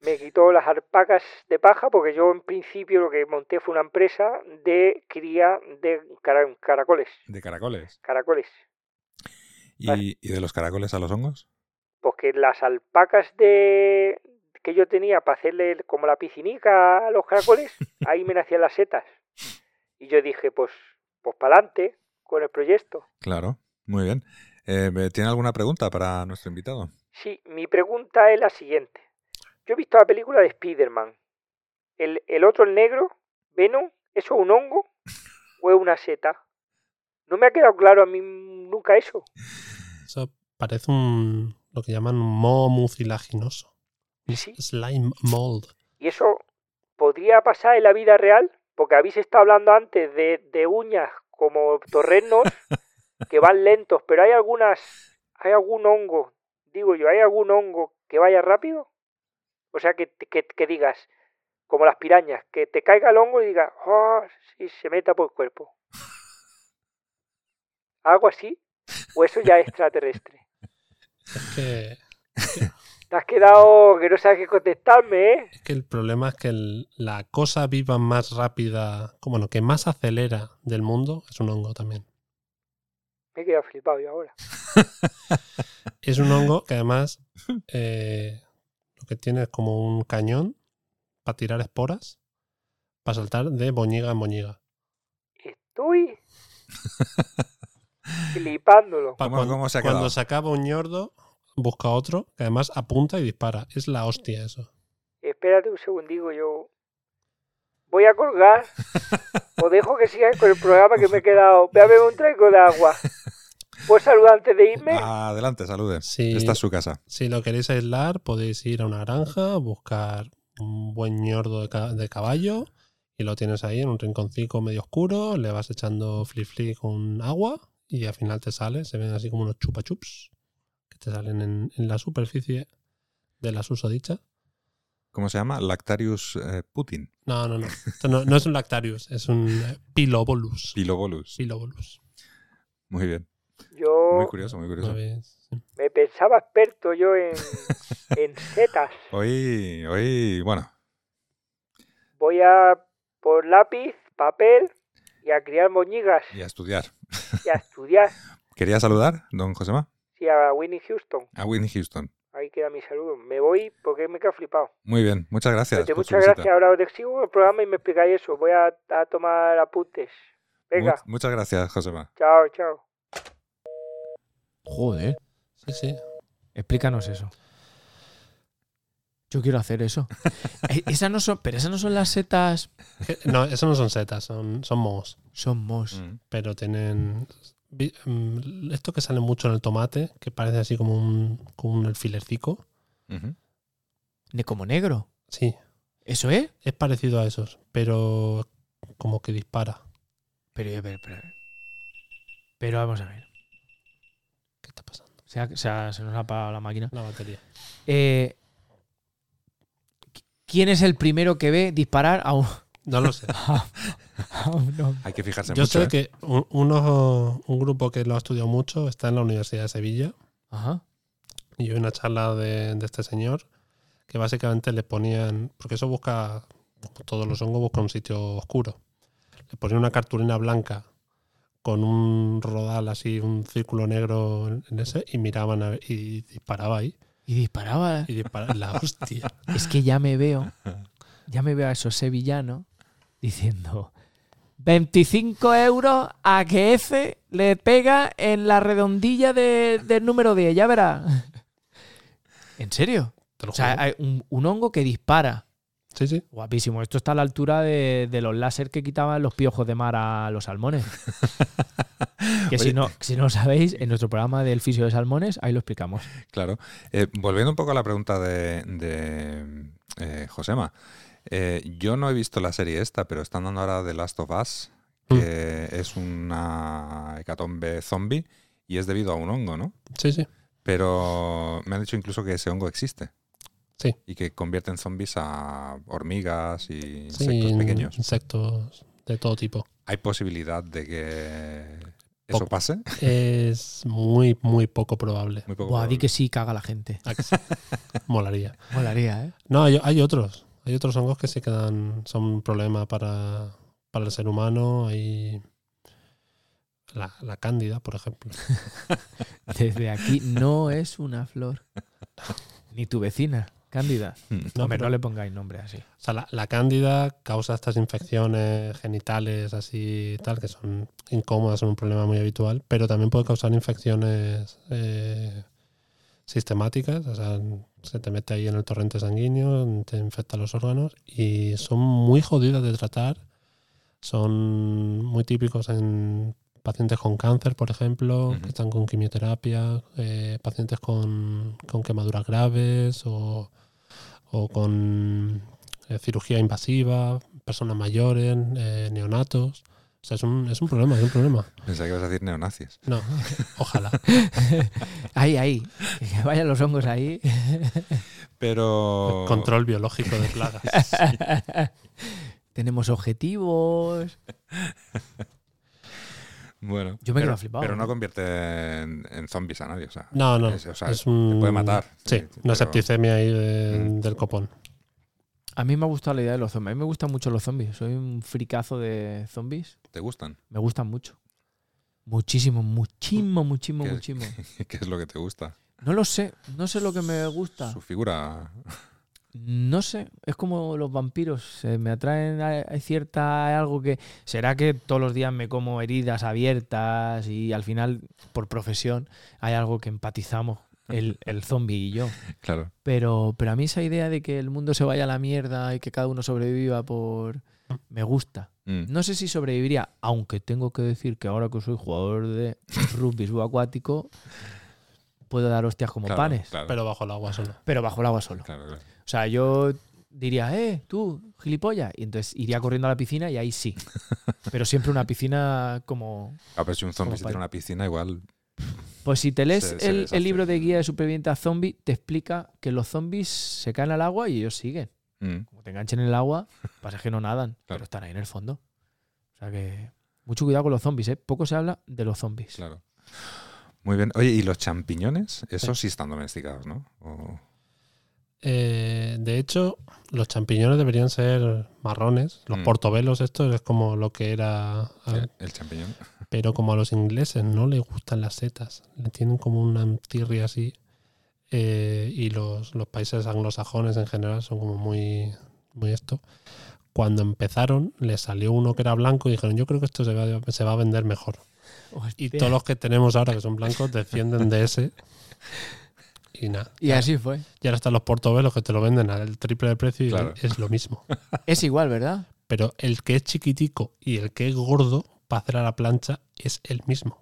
Speaker 7: me quitó las alpacas de paja, porque yo en principio lo que monté fue una empresa de cría de cara- caracoles.
Speaker 2: De caracoles.
Speaker 7: Caracoles.
Speaker 2: ¿Y,
Speaker 7: Vale.
Speaker 2: y de los caracoles a los hongos?
Speaker 7: porque las alpacas de que yo tenía para hacerle el- como la piscinica a los caracoles, ahí me nacían las setas. Y yo dije, pues, pues para adelante con el proyecto.
Speaker 2: Claro. Muy bien. Eh, ¿Tiene alguna pregunta para nuestro invitado?
Speaker 7: Sí, mi pregunta es la siguiente. Yo he visto la película de Spider-Man. El, el otro, el negro, Venom, ¿eso es un hongo o es una seta? No me ha quedado claro a mí nunca eso.
Speaker 3: Eso parece un lo que llaman un moho mucilaginoso. Un
Speaker 7: Sí.
Speaker 3: Slime mold.
Speaker 7: ¿Y eso podría pasar en la vida real? Porque habéis estado hablando antes de, de uñas como torrenos que van lentos, pero hay algunas, hay algún hongo, digo yo, hay algún hongo que vaya rápido. O sea, que, que, que digas, como las pirañas, que te caiga el hongo y digas, oh, y se meta por el cuerpo. ¿Algo así? ¿O eso ya es extraterrestre?
Speaker 3: Es que
Speaker 9: Te has quedado que no sabes qué contestarme, ¿eh?
Speaker 3: Es que el problema es que el- la cosa viva más rápida, como bueno, que más acelera del mundo, es un hongo también.
Speaker 9: Me he quedado flipado yo ahora.
Speaker 3: Es un hongo que además eh, lo que tiene es como un cañón para tirar esporas, para saltar de boñiga en boñiga.
Speaker 9: Estoy flipándolo.
Speaker 3: Pa'
Speaker 2: ¿Cómo-
Speaker 3: cuan-
Speaker 2: cómo se ha
Speaker 3: cuando
Speaker 2: quedado?
Speaker 3: se acaba un ñordo, busca otro que además apunta y dispara. Es la hostia eso.
Speaker 9: Espérate un segundico, yo voy a colgar. Os dejo que sigáis con el programa que me he quedado. Ve a beber un trago de agua. ¿Puedo saludar antes de irme?
Speaker 2: Ah, Adelante, salude.
Speaker 3: Sí.
Speaker 2: Esta es su casa.
Speaker 3: Si lo queréis aislar, podéis ir a una granja, buscar un buen ñordo de, ca- de caballo y lo tienes ahí en un rinconcito medio oscuro, le vas echando flip-flip con agua y al final te sale, se ven así como unos chupa-chups que te salen en, en la superficie de la susodicha.
Speaker 2: ¿Cómo se llama? Lactarius eh, Putin.
Speaker 3: No, no, no. Esto no, no es un lactarius, es un eh, pilobolus.
Speaker 2: Pilobolus.
Speaker 3: Pilobolus.
Speaker 2: Muy bien. Muy
Speaker 9: Yo
Speaker 2: curioso, muy
Speaker 3: ¿no
Speaker 2: curioso.
Speaker 3: ves?
Speaker 9: me pensaba experto yo en, en setas.
Speaker 2: Hoy, hoy, bueno,
Speaker 9: Voy a por lápiz, papel y a criar moñigas
Speaker 2: y a estudiar.
Speaker 9: y a estudiar.
Speaker 2: Quería saludar, don Josema,
Speaker 9: Sí, a Winnie Houston.
Speaker 2: a Whitney Houston.
Speaker 9: Ahí queda mi saludo. Me voy porque me he quedado flipado.
Speaker 2: Muy bien, muchas gracias.
Speaker 9: Oye,
Speaker 2: por su
Speaker 9: muchas
Speaker 2: visita.
Speaker 9: gracias. Ahora os sigo con el programa y me explicáis eso. Voy a, a tomar apuntes. Venga,
Speaker 2: Mu- muchas gracias, Josema.
Speaker 9: chao, chao.
Speaker 1: Joder,
Speaker 3: Sí, sí.
Speaker 1: explícanos eso. Yo quiero hacer eso. Eh, esas no son, pero esas no son las setas,
Speaker 3: Que- No, eso no son setas, son, son mohos.
Speaker 1: son mos.
Speaker 2: Mm.
Speaker 3: pero tienen vi- mm, esto que sale mucho en el tomate, que parece así como un, como un alfilercico.
Speaker 2: Ujú.
Speaker 1: Ne- como negro.
Speaker 3: Sí,
Speaker 1: ¿Eso es?
Speaker 3: es parecido a esos, pero como que dispara.
Speaker 1: Pero, pero, pero, pero vamos a ver.
Speaker 3: ¿Qué está pasando?
Speaker 1: Se, ha- se ha- se nos ha apagado la máquina.
Speaker 3: La batería.
Speaker 1: Eh, qui- ¿Quién es el primero que ve disparar a un,
Speaker 3: No lo sé.
Speaker 1: a un hombre?
Speaker 2: Hay que fijarse
Speaker 3: Yo
Speaker 2: mucho.
Speaker 3: sé
Speaker 2: ¿eh?
Speaker 3: que un, uno- un grupo que lo ha estudiado mucho está en la Universidad de Sevilla
Speaker 1: Ajá.
Speaker 3: y yo vi una charla de, de este señor que básicamente le ponían, porque eso busca, como todos los hongos buscan un sitio oscuro, le ponían una cartulina blanca con un rodal así, un círculo negro en ese y miraban a ver- y disparaba ahí.
Speaker 1: Y disparaba.
Speaker 3: Y disparaba, la hostia.
Speaker 1: Es que ya me veo, ya me veo a esos sevillanos diciendo 25 euros a que F le pega en la redondilla de- del número 10, ya verá. ¿En serio?
Speaker 3: Te lo
Speaker 1: O sea,
Speaker 3: juro.
Speaker 1: hay un, un hongo que dispara.
Speaker 3: Sí, sí.
Speaker 1: Guapísimo. Esto está a la altura de, de los láser que quitaban los piojos de mar a los salmones. que si
Speaker 2: Oye.
Speaker 1: no, si no lo sabéis, en nuestro programa del fisio de salmones, ahí lo explicamos.
Speaker 2: Claro. Eh, volviendo un poco a la pregunta de, de, eh, Josema. eh, yo no he visto la serie esta, pero están dando ahora The Last of Us, que
Speaker 3: Mm.
Speaker 2: es una hecatombe zombie y es debido a un hongo, ¿no?
Speaker 3: Sí, sí.
Speaker 2: Pero me han dicho incluso que ese hongo existe.
Speaker 3: Sí.
Speaker 2: Y que convierte en zombies a hormigas y
Speaker 3: Sí,
Speaker 2: insectos pequeños.
Speaker 3: Insectos de todo tipo.
Speaker 2: ¿Hay posibilidad de que eso
Speaker 3: Poco.
Speaker 2: pase?
Speaker 3: Es muy, muy poco probable.
Speaker 2: Muy poco.
Speaker 1: Buah, di
Speaker 2: probable.
Speaker 1: que sí, caga la gente.
Speaker 3: ¿A que sí? Molaría.
Speaker 1: Molaría, ¿eh?
Speaker 3: No, hay, hay otros. Hay otros hongos que se quedan. Son un problema para, para el ser humano. Hay. La, la cándida, por ejemplo.
Speaker 1: Desde aquí no es una flor. Ni tu vecina, Cándida. No,
Speaker 3: No,
Speaker 1: Hombre,
Speaker 3: pero-
Speaker 1: no le pongáis nombre así.
Speaker 3: O sea, la, la cándida causa estas infecciones genitales, así y tal, que son incómodas, son un problema muy habitual, pero también puede causar infecciones eh, sistemáticas, o sea, se te mete ahí en el torrente sanguíneo, te infecta los órganos y son muy jodidas de tratar, son muy típicos en pacientes con cáncer, por ejemplo,
Speaker 2: Ujú.
Speaker 3: que están con quimioterapia, eh, pacientes con, con quemaduras graves o o con eh, cirugía invasiva, personas mayores, eh, neonatos. O sea, es un, es un problema, es un problema.
Speaker 2: Pensaba que ibas a decir neonazis.
Speaker 3: No, ojalá.
Speaker 1: Ahí, ahí. Que vayan los hongos ahí.
Speaker 2: Pero.
Speaker 3: Control biológico de plagas.
Speaker 1: Tenemos objetivos.
Speaker 2: Bueno.
Speaker 1: Yo me he
Speaker 2: pero,
Speaker 1: quedado flipado, ¿eh?
Speaker 2: Pero
Speaker 1: ¿no?
Speaker 2: no convierte en, en zombies a nadie. O sea,
Speaker 3: No, no.
Speaker 2: Es, o sea,
Speaker 3: es
Speaker 2: te
Speaker 3: un-
Speaker 2: puede matar. sí,
Speaker 3: Sí, una
Speaker 2: pero- Mm,
Speaker 3: septicemia ahí de- del copón.
Speaker 1: A mí me ha gustado la idea de los zombies. A mí me gustan mucho los zombies. Soy un fricazo de zombies.
Speaker 2: ¿Te gustan?
Speaker 1: Me gustan mucho. Muchísimo, muchísimo, muchísimo,
Speaker 2: ¿Qué-
Speaker 1: muchísimo.
Speaker 2: ¿Qué es lo que te gusta?
Speaker 1: No lo sé. No sé lo que me gusta.
Speaker 2: Su figura.
Speaker 1: No sé, es como los vampiros, se me atraen a, a cierta algo que será que todos los días me como heridas abiertas y al final por profesión hay algo que empatizamos el, el zombie y yo.
Speaker 2: Claro.
Speaker 1: Pero pero a mí esa idea de que el mundo se vaya a la mierda y que cada uno sobreviva por me gusta.
Speaker 2: Mm.
Speaker 1: No sé si sobreviviría, aunque tengo que decir que ahora que soy jugador de rugby subacuático puedo dar hostias como
Speaker 2: Claro,
Speaker 1: panes,
Speaker 2: Claro,
Speaker 3: Pero bajo el agua solo.
Speaker 1: pero bajo el agua solo.
Speaker 2: claro, claro.
Speaker 1: O sea, yo diría, eh, tú, gilipollas. Y entonces iría corriendo a la piscina y ahí sí. Pero siempre una piscina como...
Speaker 2: Ah, pero si un zombie
Speaker 1: Como
Speaker 2: se
Speaker 1: para-
Speaker 2: tiene una piscina, igual.
Speaker 1: Pues si te lees
Speaker 2: Se- se
Speaker 1: el,
Speaker 2: deshace.
Speaker 1: el libro de guía de superviviente a zombie, te explica que los zombies se caen al agua y ellos siguen.
Speaker 2: Mm.
Speaker 1: Como te enganchen en el agua, pasa que no nadan, pero están ahí en el fondo. O sea que... Mucho cuidado con los zombies, ¿eh? Poco se habla de los zombies.
Speaker 2: Claro. Muy bien. Oye, ¿y los champiñones? Esos sí están domesticados, ¿no? O-
Speaker 3: Eh, de hecho, los champiñones deberían ser marrones. Los
Speaker 2: Mm.
Speaker 3: portobelos, estos es como lo que era.
Speaker 1: Ah.
Speaker 2: el, el champiñón.
Speaker 3: Pero como a los ingleses no les gustan las setas, le tienen como una tirria así. eh, y los, los países anglosajones en general son como muy, muy esto. Cuando empezaron, les salió uno que era blanco y dijeron: Yo creo que esto se va, se va a vender mejor. Y
Speaker 1: Hostia.
Speaker 3: todos los que tenemos ahora que son blancos descienden de ese. Y nada.
Speaker 1: Y así fue.
Speaker 3: Y ahora están los portobelos que te lo venden al triple de precio y
Speaker 2: Claro.
Speaker 3: es lo mismo.
Speaker 1: Es igual, ¿verdad?
Speaker 3: Pero el que es chiquitico y el que es gordo para hacer a la plancha es el mismo.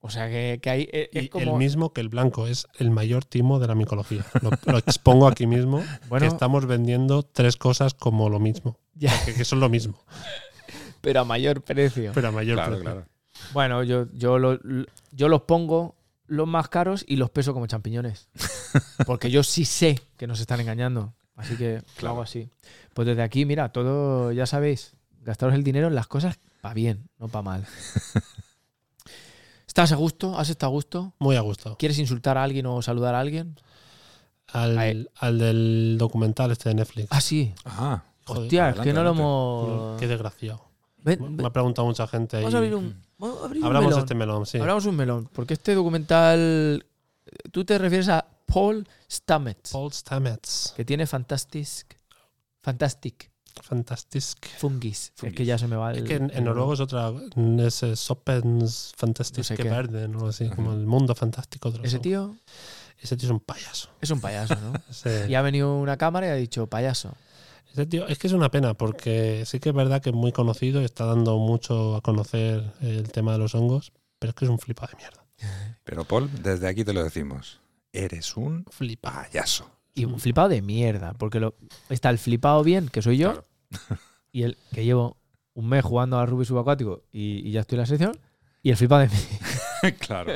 Speaker 1: O sea que, que ahí es, es
Speaker 3: Y el
Speaker 1: como...
Speaker 3: mismo que el blanco. Es el mayor timo de la micología. Lo, lo expongo aquí mismo.
Speaker 1: Bueno.
Speaker 3: Que estamos vendiendo tres cosas como lo mismo.
Speaker 1: Ya,
Speaker 3: Que, que son lo mismo,
Speaker 1: pero a mayor precio.
Speaker 3: pero a mayor
Speaker 2: Claro,
Speaker 3: precio.
Speaker 2: claro.
Speaker 1: Bueno, yo, yo, lo- yo los pongo los más caros y los peso como champiñones. Porque yo sí sé que nos están engañando. Así que lo
Speaker 2: Claro.
Speaker 1: hago así. Pues desde aquí, mira, todo, ya sabéis, gastaros el dinero en las cosas para bien, no para mal. ¿Estás a gusto? ¿Has estado a gusto?
Speaker 3: Muy a gusto.
Speaker 1: ¿Quieres insultar a alguien o saludar a alguien? Ahí.
Speaker 3: Al, al del documental este de Netflix.
Speaker 1: Ah, sí.
Speaker 2: Ah,
Speaker 3: Joder,
Speaker 1: Hostia, es
Speaker 2: adelante,
Speaker 1: que no lo
Speaker 2: adelante.
Speaker 1: hemos...
Speaker 3: Qué desgraciado.
Speaker 1: Ven,
Speaker 3: Me
Speaker 1: ven,
Speaker 3: ha preguntado mucha gente.
Speaker 1: vamos
Speaker 3: y-
Speaker 1: a abrir un... vamos a abrir un
Speaker 3: Mm. Hablamos de
Speaker 1: melón.
Speaker 3: este melón, sí.
Speaker 1: Hablamos un melón, porque este documental, eh, tú te refieres a Paul Stamets,
Speaker 3: Paul Stamets.
Speaker 1: que tiene Fantastic, Fantastic
Speaker 3: Fantastisk.
Speaker 1: Fungis. Es
Speaker 2: Fungis.
Speaker 1: que ya se me va
Speaker 3: Es
Speaker 1: el-
Speaker 3: que en, en
Speaker 1: el-
Speaker 3: noruego es otra. Es eh, Sopens
Speaker 1: No sé
Speaker 3: Fantastisk
Speaker 1: qué.
Speaker 3: Verde, ¿no? Así, como el mundo fantástico de los
Speaker 1: Ese tío
Speaker 3: Ese tío es un payaso.
Speaker 1: es un payaso, ¿no?
Speaker 3: Ese,
Speaker 1: y ha venido una cámara y ha dicho, payaso.
Speaker 3: ese tío, es que es una pena, porque sí que es verdad que es muy conocido y está dando mucho a conocer el tema de los hongos, pero es que es un flipa de mierda.
Speaker 2: Pero Paul, desde aquí te lo decimos. Eres un
Speaker 3: Flipa.
Speaker 2: payaso.
Speaker 1: Y
Speaker 3: Mm.
Speaker 1: un flipado de mierda, porque lo, está el flipado bien, que soy yo,
Speaker 2: Claro.
Speaker 1: y el que llevo un mes jugando al rugby subacuático y, y ya estoy en la sección, y el flipado de mí.
Speaker 2: claro.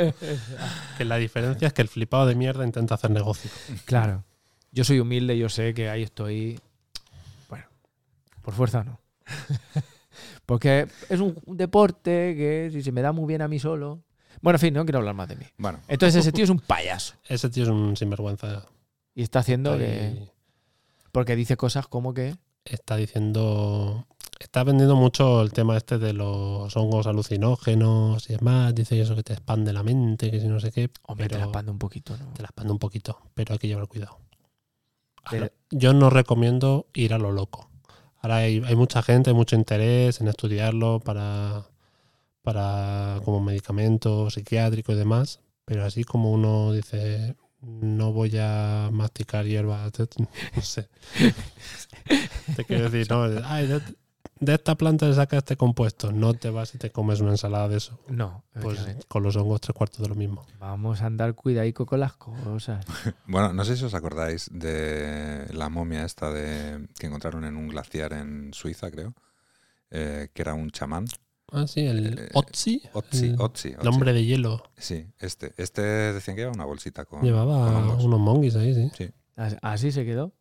Speaker 3: Que la diferencia es que el flipado de mierda intenta hacer negocio.
Speaker 1: Claro. Yo soy humilde, yo sé que ahí estoy. Bueno, por fuerza no. Porque es un, un deporte que si se me da muy bien a mí solo. Bueno, en fin, no quiero hablar más de mí.
Speaker 2: Bueno,
Speaker 1: Entonces ese tío es un payaso.
Speaker 3: Ese tío es un sinvergüenza.
Speaker 1: Y está haciendo que.
Speaker 3: Ahí-
Speaker 1: Porque dice cosas como que.
Speaker 3: está diciendo. Está vendiendo mucho el tema este de los hongos alucinógenos y demás. Dice eso que te expande la mente, que si no sé qué.
Speaker 1: Hombre, te
Speaker 3: pero
Speaker 1: la pando un poquito, ¿no?
Speaker 3: te la expande un poquito, pero hay que llevar cuidado.
Speaker 1: Pero-
Speaker 3: Ahora, yo no recomiendo ir a lo loco. Ahora hay, hay mucha gente, hay mucho interés en estudiarlo para, para como medicamento psiquiátrico y demás, pero así como uno dice, no voy a masticar hierba, te- no sé. te quiero decir, no, ay, de, de esta planta le saca este compuesto, no te vas y te comes una ensalada de eso.
Speaker 1: No,
Speaker 3: Pues
Speaker 1: efectivamente.
Speaker 3: con los hongos tres cuartos de lo mismo.
Speaker 1: Vamos a andar cuidadico con las cosas.
Speaker 2: bueno, no sé si os acordáis de la momia esta de que encontraron en un glaciar en Suiza, creo, eh, que era un chamán.
Speaker 3: Ah, sí, el
Speaker 2: Eh,
Speaker 3: Otzi.
Speaker 2: Otzi, Otzi,
Speaker 3: el
Speaker 2: Otzi.
Speaker 3: Eh, Nombre de hielo.
Speaker 2: Sí, este. Este decían que llevaba una bolsita con, con
Speaker 3: Llevaba
Speaker 2: hongos.
Speaker 3: unos monguis ahí, sí.
Speaker 1: As- Así se quedó.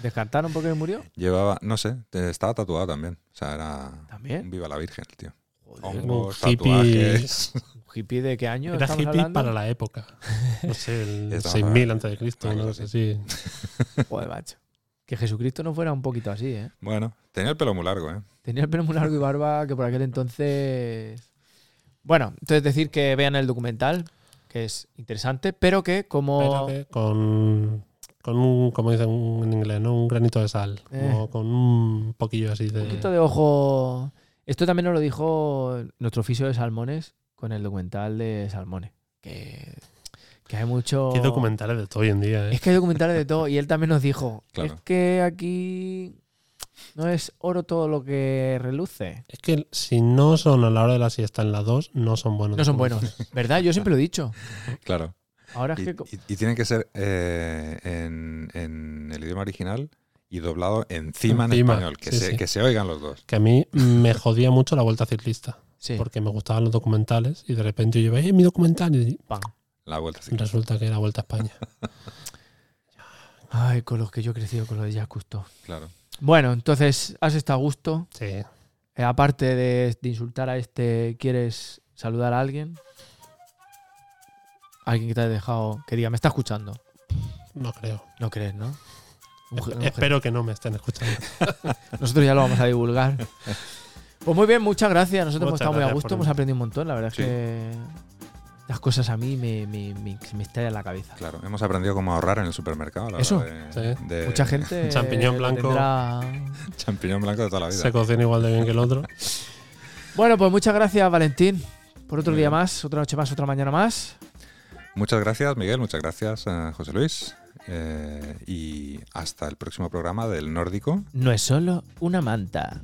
Speaker 1: ¿Descartaron porque murió?
Speaker 2: Llevaba, no sé, te- estaba tatuado también. O sea, era
Speaker 1: También.
Speaker 2: un viva la virgen el tío. Hongos,
Speaker 3: Un hippie-
Speaker 2: tatuajes.
Speaker 1: ¿Hippie de qué año?
Speaker 3: Era
Speaker 1: estamos
Speaker 3: hippie
Speaker 1: hablando?
Speaker 3: para la época. No sé, el
Speaker 2: Estamos
Speaker 3: 6000
Speaker 2: hablando-
Speaker 3: antes de Cristo,
Speaker 2: Algo
Speaker 3: no sé si.
Speaker 1: Joder, macho. Que Jesucristo no fuera un poquito así, ¿eh?
Speaker 2: Bueno, tenía el pelo muy largo, ¿eh?
Speaker 1: Tenía el pelo muy largo y barba que por aquel entonces. Bueno, entonces decir que vean el documental, que es interesante, pero que como.
Speaker 3: Pero que con, con un, como dicen en inglés, ¿no? un granito de sal.
Speaker 1: Eh.
Speaker 3: Como con un poquillo así de.
Speaker 1: Un poquito de ojo. Esto también nos lo dijo nuestro oficio de Salmones con el documental de Salmones. Que, que hay mucho.
Speaker 3: Qué documentales de todo hoy en día, ¿eh?
Speaker 1: Es que hay documentales de todo. Y él también nos dijo:
Speaker 2: Claro.
Speaker 1: Es que aquí no es oro todo lo que reluce.
Speaker 3: Es que si no son a la hora de la siesta en las 2, no son buenos.
Speaker 1: No son buenos. ¿Verdad? Yo siempre lo he dicho.
Speaker 2: Claro.
Speaker 1: Ahora es
Speaker 2: Y,
Speaker 1: que. co-
Speaker 2: y- y tiene que ser eh, en, en el idioma original y doblado encima, en
Speaker 3: Encima,
Speaker 2: español, que,
Speaker 3: sí,
Speaker 2: se,
Speaker 3: sí.
Speaker 2: que se oigan los dos.
Speaker 3: Que a mí me jodía mucho la vuelta ciclista.
Speaker 1: Sí.
Speaker 3: Porque me gustaban los documentales y de repente yo llevo, ¡eh, mi documental! Y
Speaker 1: Pam.
Speaker 2: La vuelta ciclista.
Speaker 3: resulta que era Vuelta a España.
Speaker 1: Ay, con los que yo he crecido, con los de Jacques Cousteau.
Speaker 2: Claro.
Speaker 1: Bueno, entonces, has estado a gusto.
Speaker 3: Sí.
Speaker 1: Eh, aparte de, de insultar a este, ¿quieres saludar a alguien? Alguien que te haya dejado. Que diga, me está escuchando.
Speaker 3: No creo.
Speaker 1: No crees, ¿no? Un ge- un ge-
Speaker 3: Espero que no me estén escuchando.
Speaker 1: Nosotros ya lo vamos a divulgar. Pues muy bien, muchas gracias. Nosotros hemos
Speaker 3: Muchas
Speaker 1: estado muy a
Speaker 3: gracias
Speaker 1: gusto,
Speaker 3: por
Speaker 1: hemos
Speaker 3: venir.
Speaker 1: aprendido un montón. La verdad
Speaker 2: Sí.
Speaker 1: es que las cosas a mí me, me, me, se me estallan la cabeza.
Speaker 2: Claro, hemos aprendido cómo ahorrar en el supermercado. a la hora
Speaker 1: Eso.
Speaker 2: de-
Speaker 3: Sí.
Speaker 2: de-
Speaker 1: Mucha gente.
Speaker 3: champiñón
Speaker 1: lo
Speaker 3: blanco.
Speaker 1: tendrá-
Speaker 2: Champiñón blanco de toda la vida.
Speaker 3: Se cocina igual de bien que el otro.
Speaker 1: Bueno, pues muchas gracias, Valentín. Por otro
Speaker 2: Muy
Speaker 1: día
Speaker 2: bien.
Speaker 1: más, otra noche más, otra mañana más.
Speaker 2: Muchas gracias, Miguel. Muchas gracias, eh, José Luis. Eh, y hasta el próximo programa del Nórdico.
Speaker 1: No es solo una manta.